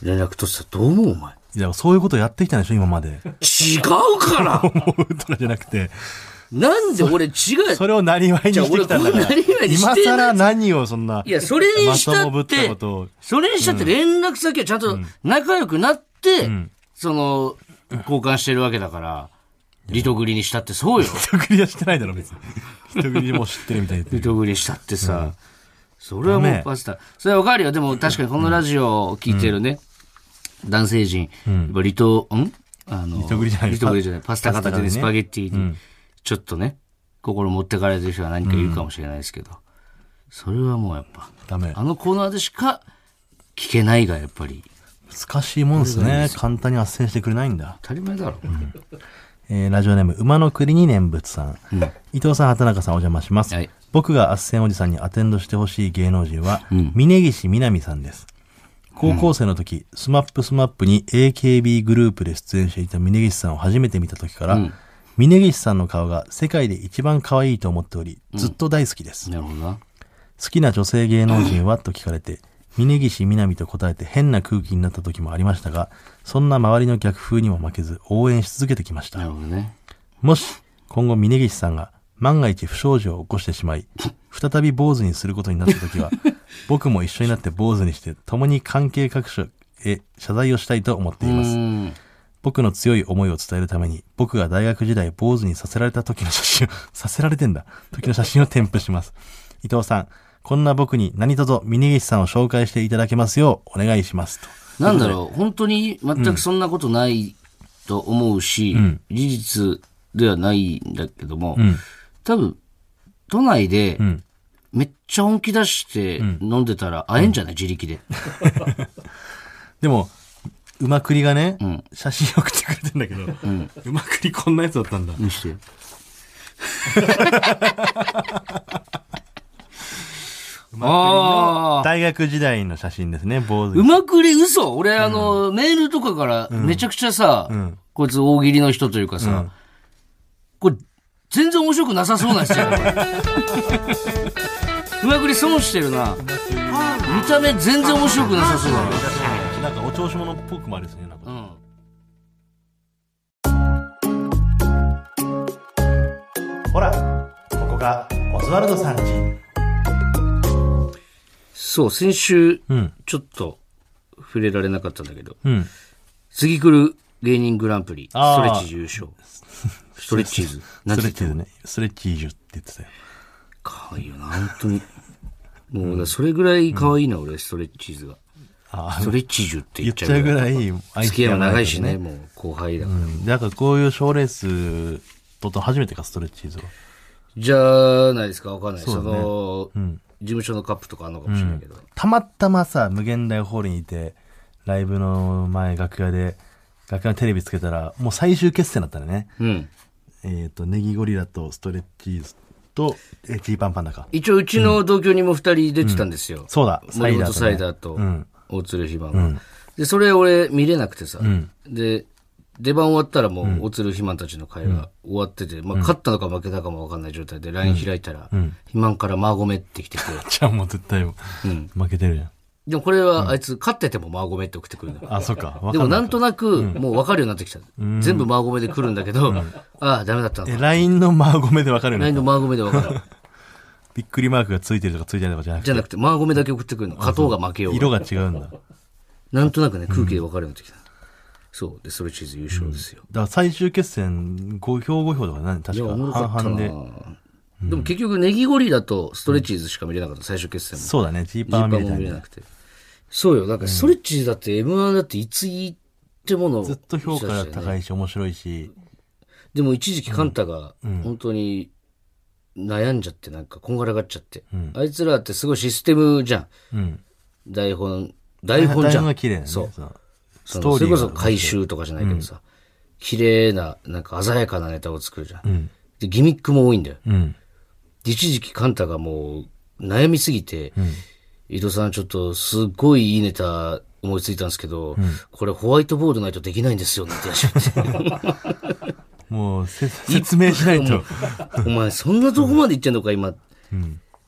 連絡取ってさ、どう思う、お前。
いや、そういうことやってきたんでしょ、今まで。
違うから
思うとかじゃなくて、
なんで俺違う
それをなりわいにしてきたんだか
じゃあ俺こんな生
ら。
業に
今
してない
更何をそんな。
いや、それにした
まともぶ
っ
った
て
ことを、
それにしたって連絡先はちゃんと仲良くなって、その、交換してるわけだから、リトグリにしたってそうよ。
人繰りはしてないだろ、 別に。人繰りも知ってるみたいに言って
リ
る
トグリしたってさ、それはも
ダ
う
メ
パスタ。それはわかるよ。でも確かにこのラジオを聞いてるね、男性陣、やっぱリト、んあの、リ
トグリじゃない
リトグリじゃない。パスタ片手に
パス
ス
タ片手にね
パゲッティに、ちょっとね、心持ってかれてる人は何か言うかもしれないですけど、それはもうやっぱ、
ダメ
あ。のコーナーでしか聞けないがやっぱり
難しいもんですね。簡単に斡旋してくれないんだ。
当たり前だろ、
えーラジオネーム、馬の栗に念仏さん。伊藤さん、畑中さん、お邪魔します。
はい
僕が斡旋おじさんにアテンドしてほしい芸能人は、峯岸みなみさんです。高校生の時、スマップスマップに AKB グループで出演していた峯岸さんを初めて見た時から、峯岸さんの顔が世界で一番可愛いと思っており、ずっと大好きです。
なるほどな
好きな女性芸能人はと聞かれて、峯岸みなみと答えて変な空気になった時もありましたが、そんな周りの逆風にも負けず応援し続けてきました
な。るほどね
もし、今後峯岸さんが万が一不祥事を起こしてしまい、再び坊主にすることになったときは、僕も一緒になって坊主にして、共に関係各所、えへ謝罪をしたいと思っています。
うん
僕の強い思いを伝えるために、僕が大学時代坊主にさせられた時の写真を、 させられてんだ、時の写真を添付します。伊藤さん、こんな僕に何卒峯岸さんを紹介していただけますようお願いしますと。
なんだろう、本当に全くそんなことないと思うし、事実ではないんだけども、多分、都内で、めっちゃ本気出して飲んでたら会えんじゃない、自力で。
でも、うまくりがね、写真送ってくれてんだけど、うまくりこんなやつだったんだ。
見 して。ああ。
大学時代の写真ですね、坊主
う
に。
まくり嘘俺、あの、メールとかからめちゃくちゃさ、こいつ大喜利の人というかさ、これ、全然面白くなさそうな 人やなこれうまくり損してるな。見た目全然面白くなさそうだな。
なんかお調子者っぽくもあるですね、なんか。
うん
ほら、ここがオズワルドさんち。
そう、先週、
うん。
ちょっと触れられなかったんだけど、
うん。
次来る芸人グランプリ、ス
あー
トレッチーズ優勝。ストレッチーズ。
ス
何
ト
て
レ
言
ッ
っても
チーズね。ストレッチージュって言ってたよ。
可愛いよな、本当に。もうだから、それぐらい可愛いな、俺、ストレッチーズが。
あ
ストレッチージュって
言
言っ
っち
ち
ゃ
ゃ
う
う
ぐ
ぐら
ら
い。
い愛
付き合いも長いしね、も
も
う後輩だから。
う。だからこういう賞ーレースとと初めてか、ストレッチーズは。
じゃないですか、わかんない。そ,、
うだね
の、事務所のカップとかあるのかもしれないけど。
たまたまさ、無限大ホールにいて、ライブの前、楽屋で、楽屋のテレビつけたら、もう最終決戦だったのね。
うん。
えっ、と、ネギゴリラとストレッチーズと、えー、ジーパンパンダか。
一応、うちの同居人も二人出てたんですよ。
そうだ、
森本サイ
ね
ダーと
ん
大鶴ひまんは、で、それ俺見れなくてさ、で、出番終わったらもう大鶴ひまんたちの会話終わってて、まあ勝ったのか負けたかもわかんない状態で LINE 開いたら、ひまんからマーゴメってきて て、
じゃあもう絶対、負けてるじゃん。
でもこれはあいつ勝っててもマーゴメって送ってくるのよ。
あ、そっか。わ
で
か
も
んな
ないんとなく、もう分かるようになってきた。全部マーゴメで来るんだけど、ああ、ダメだったの
え、
か。
LINE のマーゴメでわかるよ
LINE
ね。
のマーゴメで分かる。
びっくりマークがついてるとかついてないとかじゃなく
じゃ
て、
なくて、マーゴメだけ送ってくるの。勝とうが負けようが。
色が違うんだ。だか
なんとなくね、空気で分かるようになってきた。そう。で、それチーズ優勝ですよ。
ら最終決戦、5票5票とか何
いや、
確
おもろ
か
かった
半
な
々で。
でも結局、ネギゴリラとストレッチーズしか見れなかった、最終決戦も。
そうだね、ジー
ジー
パンは
パン
見れ
も
た
見
い
れ
な
なくて。そうよ。だから、ストレッチーズだって、M1 だって、いついいってものを
ずっと評価が高
い。
いし、面白いし、
でも、一時期、カンタが、本当に、悩んじゃって、なんか、こんがらがっちゃって。あいつらってすごいシステムじゃん。
うん。
台本、台本じゃん。
が綺麗だね。
そう。
う。
そ
ス
の
トー
そ
リ
れ
ーが
こそ回収とかじゃないけどさ、綺麗な、なんか鮮やかなネタを作るじゃん。で、ギミックも多いんだよ。
うん。
で一時期カンタがもう悩みすぎて、伊藤さんちょっとすっごいいいネタ思いついたんですけど、これホワイトボードないとできないんですよなんて言い始めて。
もう、せ説明し ないと。
お前そんなとこまで行ってんのか今。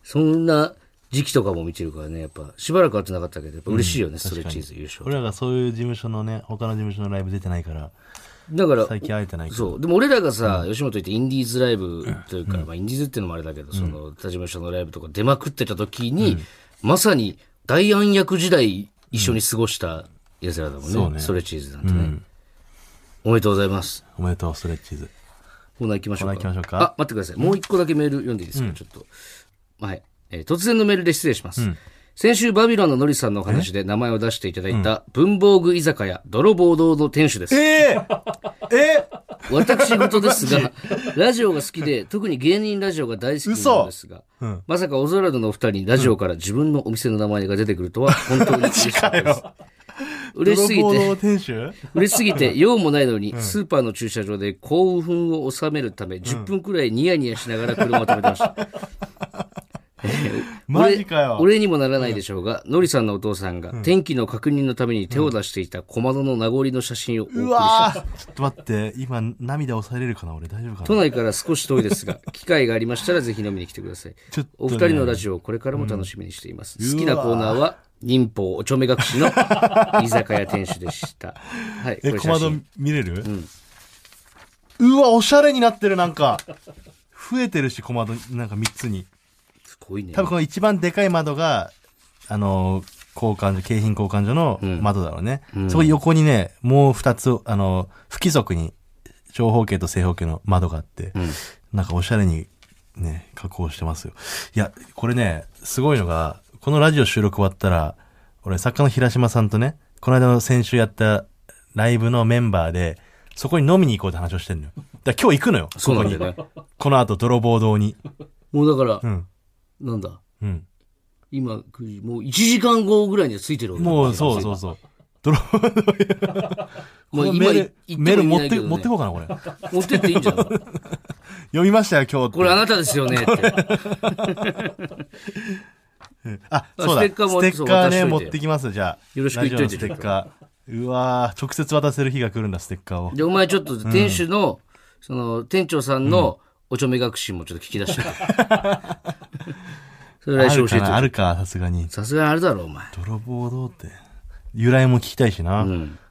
そんな時期とかも見てるからね、やっぱしばらく会ってなかったけど、やっぱ嬉しいよね、ストレッチーズ優勝。
俺らがそういう事務所のね、他の事務所のライブ出てないから、
だから、
最近会えてないから。
そう。でも俺らがさ、吉本行ってインディーズライブというか、まあインディーズっていうのもあれだけど、その、他事務所のライブとか出まくってた時に、まさに大暗躍時代一緒に過ごした奴らだもんね。
そうね
ストレッチーズなんてね、おめでとうございます。
おめでとう、ストレッチーズ。
コーナー行きましょうか。
コーナー行きましょうか
あ、待ってください。もう一個だけメール読んでいいですか、ちょっと。はい。えー突然のメールで失礼します。先週、バビロンののりさんのお話で名前を出していただいた、文房具居酒屋、泥棒堂の店主です。
えええ
私事です が、ラジオが好きで、特に芸人ラジオが大好きなんですが、まさかオズワルドのお二人にラジオから自分のお店の名前が出てくるとは、本当に嬉しかったです。嬉しすぎ
泥棒
て、
の店主
嬉しすぎ て、用もないのに、スーパーの駐車場で興奮を収めるため、10分くらいニヤニヤしながら車を止めてました。
マジかよ。
俺俺にもならないでしょうが、のりさんのお父さんが、天気の確認のために手を出していた小窓の名残の写真をお送りし
う
ました。
わーちょっと待って、今、涙抑えれるかな俺大丈夫かな
都内から少し遠いですが、機会がありましたらぜひ飲みに来てく ださい。
ちょっとね
お二人のラジオをこれからも楽しみにしています。好きなコーナーは、忍法おちょめ隠 しの居酒屋店主でした。はい、これ
え、小
写
窓
真。
見れる、うわ、おしゃれになってる、なんか。増えてるし、小窓、なんか3つに。
すごいね
多。分この一番でかい窓が、あのー交換所、京浜交換所の窓だろうね。そこ横にね、もう二つ、あの、不規則に、長方形と正方形の窓があって、なんかおしゃれにね、加工してますよ。いや、これね、すごいのが、このラジオ収録終わったら、俺、作家の平島さんとね、この間の先週やったライブのメンバーで、そこに飲みに行こうって話をしてるのよ。だから今日行くのよ。
そうなん
こ
だ
こ
よ
に
ね。
この後、泥棒堂に。
もうだから、
うん。
なんだ、
うん。
今9時、もう1時間後ぐらいにはついてるわけだ
もう、そうそうそう。泥棒堂。
まあ
このメール、
今
メール持っ
言ってもいいんだ
て、
けどね
持ってこうかな、これ。読
持ってっていいんじゃない
みましたよ、今日って。
これあなたですよ ねって。
あ、そうだ。
ステッカーも
ステ
そ
ッカーね、
う渡しと
持
い
っ
て
てきます、じゃあ。
よろしく言っといて
ラジオのステッカー。うわー直接渡せる日が来るんだ、ステッカーを。
で、お前ちょっと店主の、その、店長さんのおちょめ学習もちょっと聞き出して くれそれ来
あ
週
る
教
か
えて
なあるか、さすがに。
さすがにあれだろ、お前。
泥棒どうって。由来も聞きたいしな。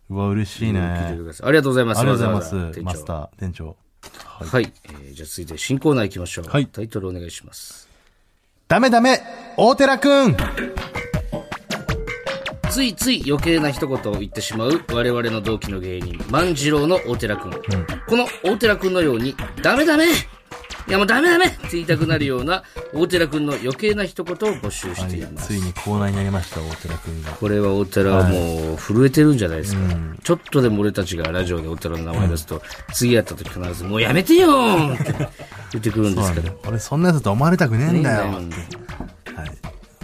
うわ、嬉しいね。
聞い
あ
て
り
くださいありがとうございます。
がとうございま
わざわざ店
す、
長
マスター、店長。
はい、えーじゃあ続いて新コーナー行きましょう。
はい
タイトルお願いします。
ダメダメ大寺くん
ついつい余計な一言を言ってしまう我々の同期の芸人、万次郎の大寺くん。この大寺くんのように、ダメダメいやもうダメダメって言いたくなるような大寺くんの余計な一言を募集しています。
ついにコーナーになりました、大寺くんが。
これは大寺はもう震えてるんじゃないですか、ちょっとでも俺たちがラジオで大寺の名前出すと、次会った時必ず「もうやめてよ!」って言ってくるんですけど
俺、そんなやつと思われたくねえんだよ。
ね
は
は
い。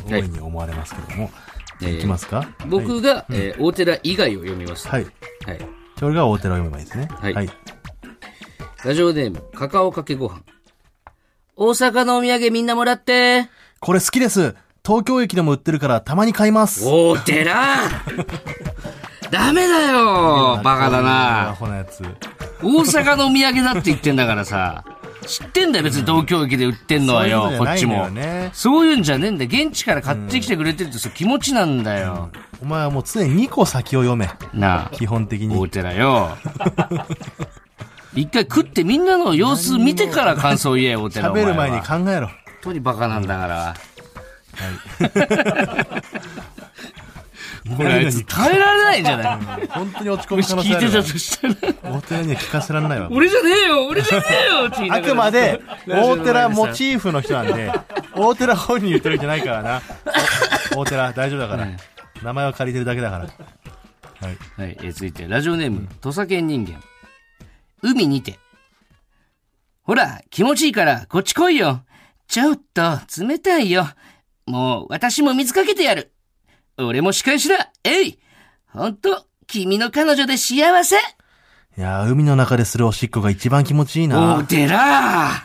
大
い
いに思われますけども。
えー
いきますか
僕が、えー大寺以外を読みます、
はい。
はい
それが大寺を読めばいいですね。
はい
はい。
ラジオネームカカオかけご飯大阪のお土産みんなもらって
これ好きです。東京駅でも売ってるから、たまに買います。
大寺 ダメだよバカだ
ア
な
ホなやつ。
大阪のお土産だって言ってんだからさ知ってんだよ別に東京駅で売ってんのはよ
そういう
こ
のじ
っち
ゃないんだ
も
よね
そういうんじゃねえんだよ現地から買ってきてくれてるってそう気持ちなんだよ、
お前はもう常に2個先を読め。
なあ
基本的
大
に。
寺よ 一回食ってみんなの様子見てから感想言えよ大寺お前
喋
は
る前に考えろ。
本当にバカなんだから、これあいつ耐えられないんじゃない
本当に落ち込
も
む
し
可能
聞
性
い
あ
て
る
た
わ
と。したら
大寺には聞かせられないわ。
俺じゃねえよ俺じゃねえよ って言いな
あ
がら
くまで、大寺モ
い
チーフの人なん で、大寺本人言ってるんじゃないからな。大寺、大丈夫だから。名前は借りてるだけだから。はい。
はい、えー続いてラジオネーム土佐犬人間海にてほら気持ちいいからこっち来いよちょっと冷たいよもう私も水かけてやる俺も仕返しだえいほんと君の彼女で幸せ
いやー、海の中でするおしっこが一番気持ちいい
お
な。
寺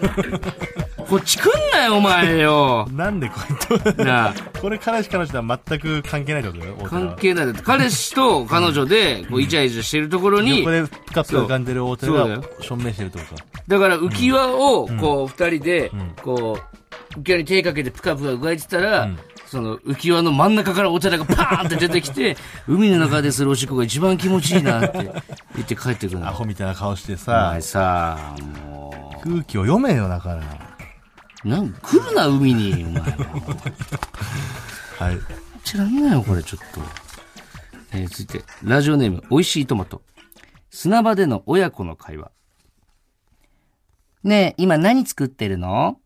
こっち来んなよお前よ
なんでこれと、
なあ
これ彼氏彼氏とは全く関係ないってことだよ、大寺は
関。係ないだって彼氏と彼女でこうイチャイチャしてるところに
これ、ピカピカ浮かんでる大寺
そうだよ
が証明してるってことか。
だから浮き輪をこう二人でこう浮き輪に手かけてプカプカ浮かれてたら、その浮き輪の真ん中からお寺がパーンって出てき て海の中でするおしっこが一番気持ちいいなって言って帰ってくる
ア
の。
ホみたいな顔して
お
さ
前、さも
空気を読めよ、だから。
うなん来るな海にお前は。
はい。
知らんなよこれちょっと。えー続いてラジオネームおいしいトマト砂場での親子の会話ねえ今何作ってるの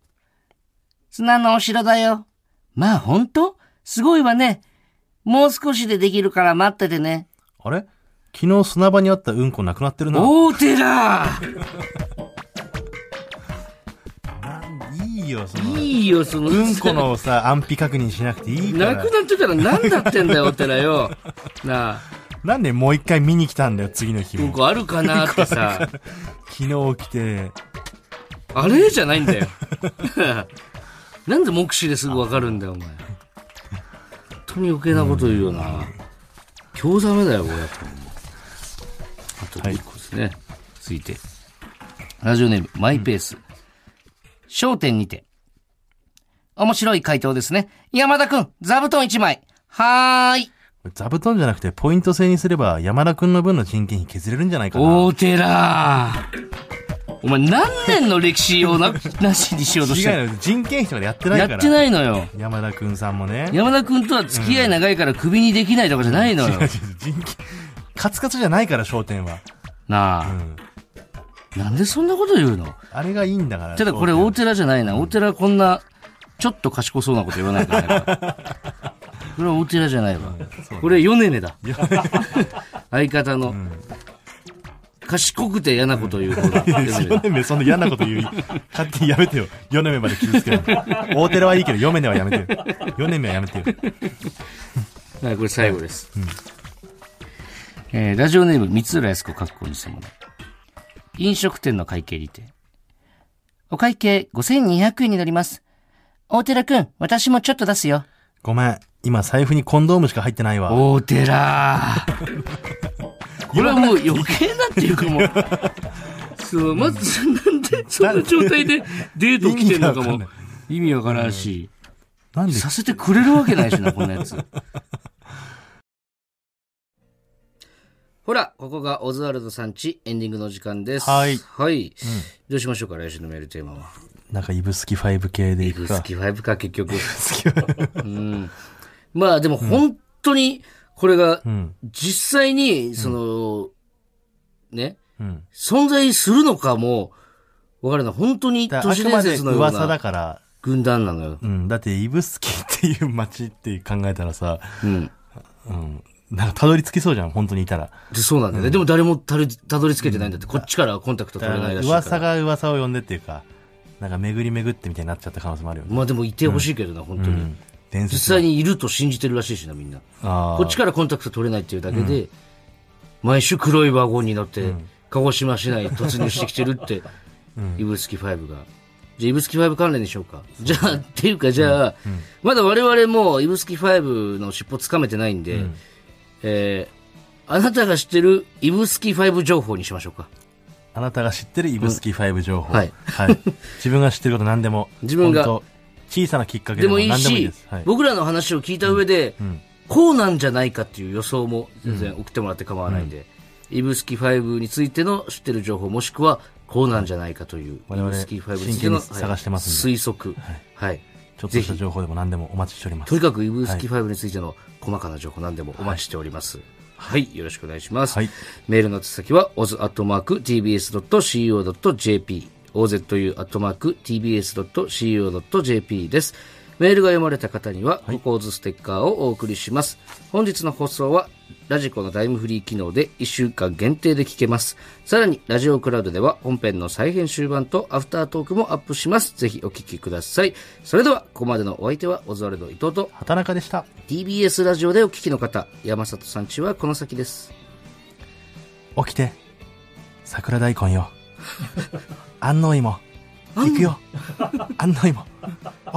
砂のお城だよまあ本当すごいわねもう少しでできるから待っててね
あれ昨日砂場にあったうんこなくなってるな。
大寺
いいよ、その。
いいよその
うんこのさ、安否確認しなくていい か
な
ら
く。なってたら何だってんだよお寺よなあ
なんでもう一回見に来たんだよ、次の日
うん
も。
こあるかなってさ
昨日来て、
あれじゃないんだよ。なんで目視ですぐわかるんだよ、お前。本当に余計なこと言うよな。今日ダメだよ、これ。あと1個ですね。続いて。ラジオネーム、マイペース。焦点にて。面白い回答ですね。山田くん、座布団1枚。はーい。
座布団じゃなくてポイント制にすれば山田くんの分の人件費削れるんじゃないかな。
大寺。お前何年の歴史をななしにしようとして
違
る
うの人件費とかでやってない
やっ
から
てないのよ。
山田くんさんもね
山田君とは付き合い長いからクビにできないとかじゃないのよ。
人件カツカツじゃないから商店は、
な
う
あ、
ん、
なんでそんなこと言うの
あれがいいんだから
ただこれ大寺じゃないな。大寺はこんな、ちょっと賢そうなこと言わないからね。これは大寺じゃないわ。これヨネネだ。相方の。賢くて嫌なこと言う方 だ。ヨネネだ
4年目そんな嫌なこと言う勝手にやめてよ4年目まで傷つける 大寺はいいけど4年目はやめてよ4年目はやめてよ
はい、これ最後です。えーラジオネーム、三浦康子かっこにしたもの。飲食店の会計にて。お会計5200円になります。大寺くん、私もちょっと出すよ。
ごめん今財布にコンドームしか入ってないわ
大寺 これはもう余計だっていうかもう。そう、まず、なんでそんな状態でデート来てんのか
意味がわかん
も
ない。
意味わからんし。
なんで
させてくれるわけないし な、こんなやつ。ほら、ここがオズワルドさんちエンディングの時間です。
はい
はい。どうしましょうか、来週のメールテーマは。
なんかイブスキ5系でい
イブス
くか
キ5か、結局。うん。まあ、でも本当に、これが
う、ん
実際に、その、ね、
うん
存在するのかも、わからない。本当に
だから
都
あ
市
く
伝
まで
説のよう
噂だ
な
から、
軍団なのよ。
うん、だって指宿っていう街って考えたらさ、
うん。
うん、なんかたどり着きそうじゃん本当にいたら
で、そうなんだよね。でも誰もたどりたどり着けてないんだって、こっちからはコンタクト
だ
取
か
れな
ら
いらしいから。
噂が噂を呼んでっていうかなんか巡り巡ってみたいになっちゃった可能性もあるよね、
まあでもいてほしいけどな、本当
う
に、
ん、伝説
実際にいると信じてるらしいしな、みんな。
あ
こっちからコンタクト取れないっていうだけで、毎週黒いワゴンに乗って、鹿児島市内突入してきてるって、イブスキ5が。じゃあ、イブスキ5関連でしょうか。じゃあ、っていうか、じゃあ、まだ我々もイブスキ5の尻尾つかめてないんで、えー、あなたが知ってるイブスキ5情報にしましょうか。
あなたが知ってるイブスキ5情報、
うんはい
自分が知ってること何でも
自分が
本当小さなきっかけ
で
で
も
も
いい
何でもいい
し
です、はい、
僕らの話を聞いた上で、こうなんじゃないかっていう予想も全然送ってもらって構わないんで、イブスキ5についての知ってる情報、もしくはこうなんじゃないかという、
我々
イブスキ5についての、
真剣に探してます
はい推測、はい
ちょっとした情報でも何でもお待ちしております
とにかくイブスキ5についての細かな情報、何でもお待ちしております。はい、よろしくお願いします。
はい
メールの宛先は oz.tbs.co.jp ozu.tbs.co.jp です。メールが読まれた方には、ココーズステッカーをお送りします。本日の放送は、ラジコのタイムフリー機能で1週間限定で聞けます。さらに、ラジオクラウドでは本編の再編集版とアフタートークもアップします。ぜひお聞きください。それでは、ここまでのお相手は、オズワルド伊藤と、
畑中でした
TBS ラジオでお聞きの方、山里さんちはこの先です。
起きて桜大根 よ安納芋行くよ安納芋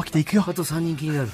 起きて行くよ
あと3人気になる。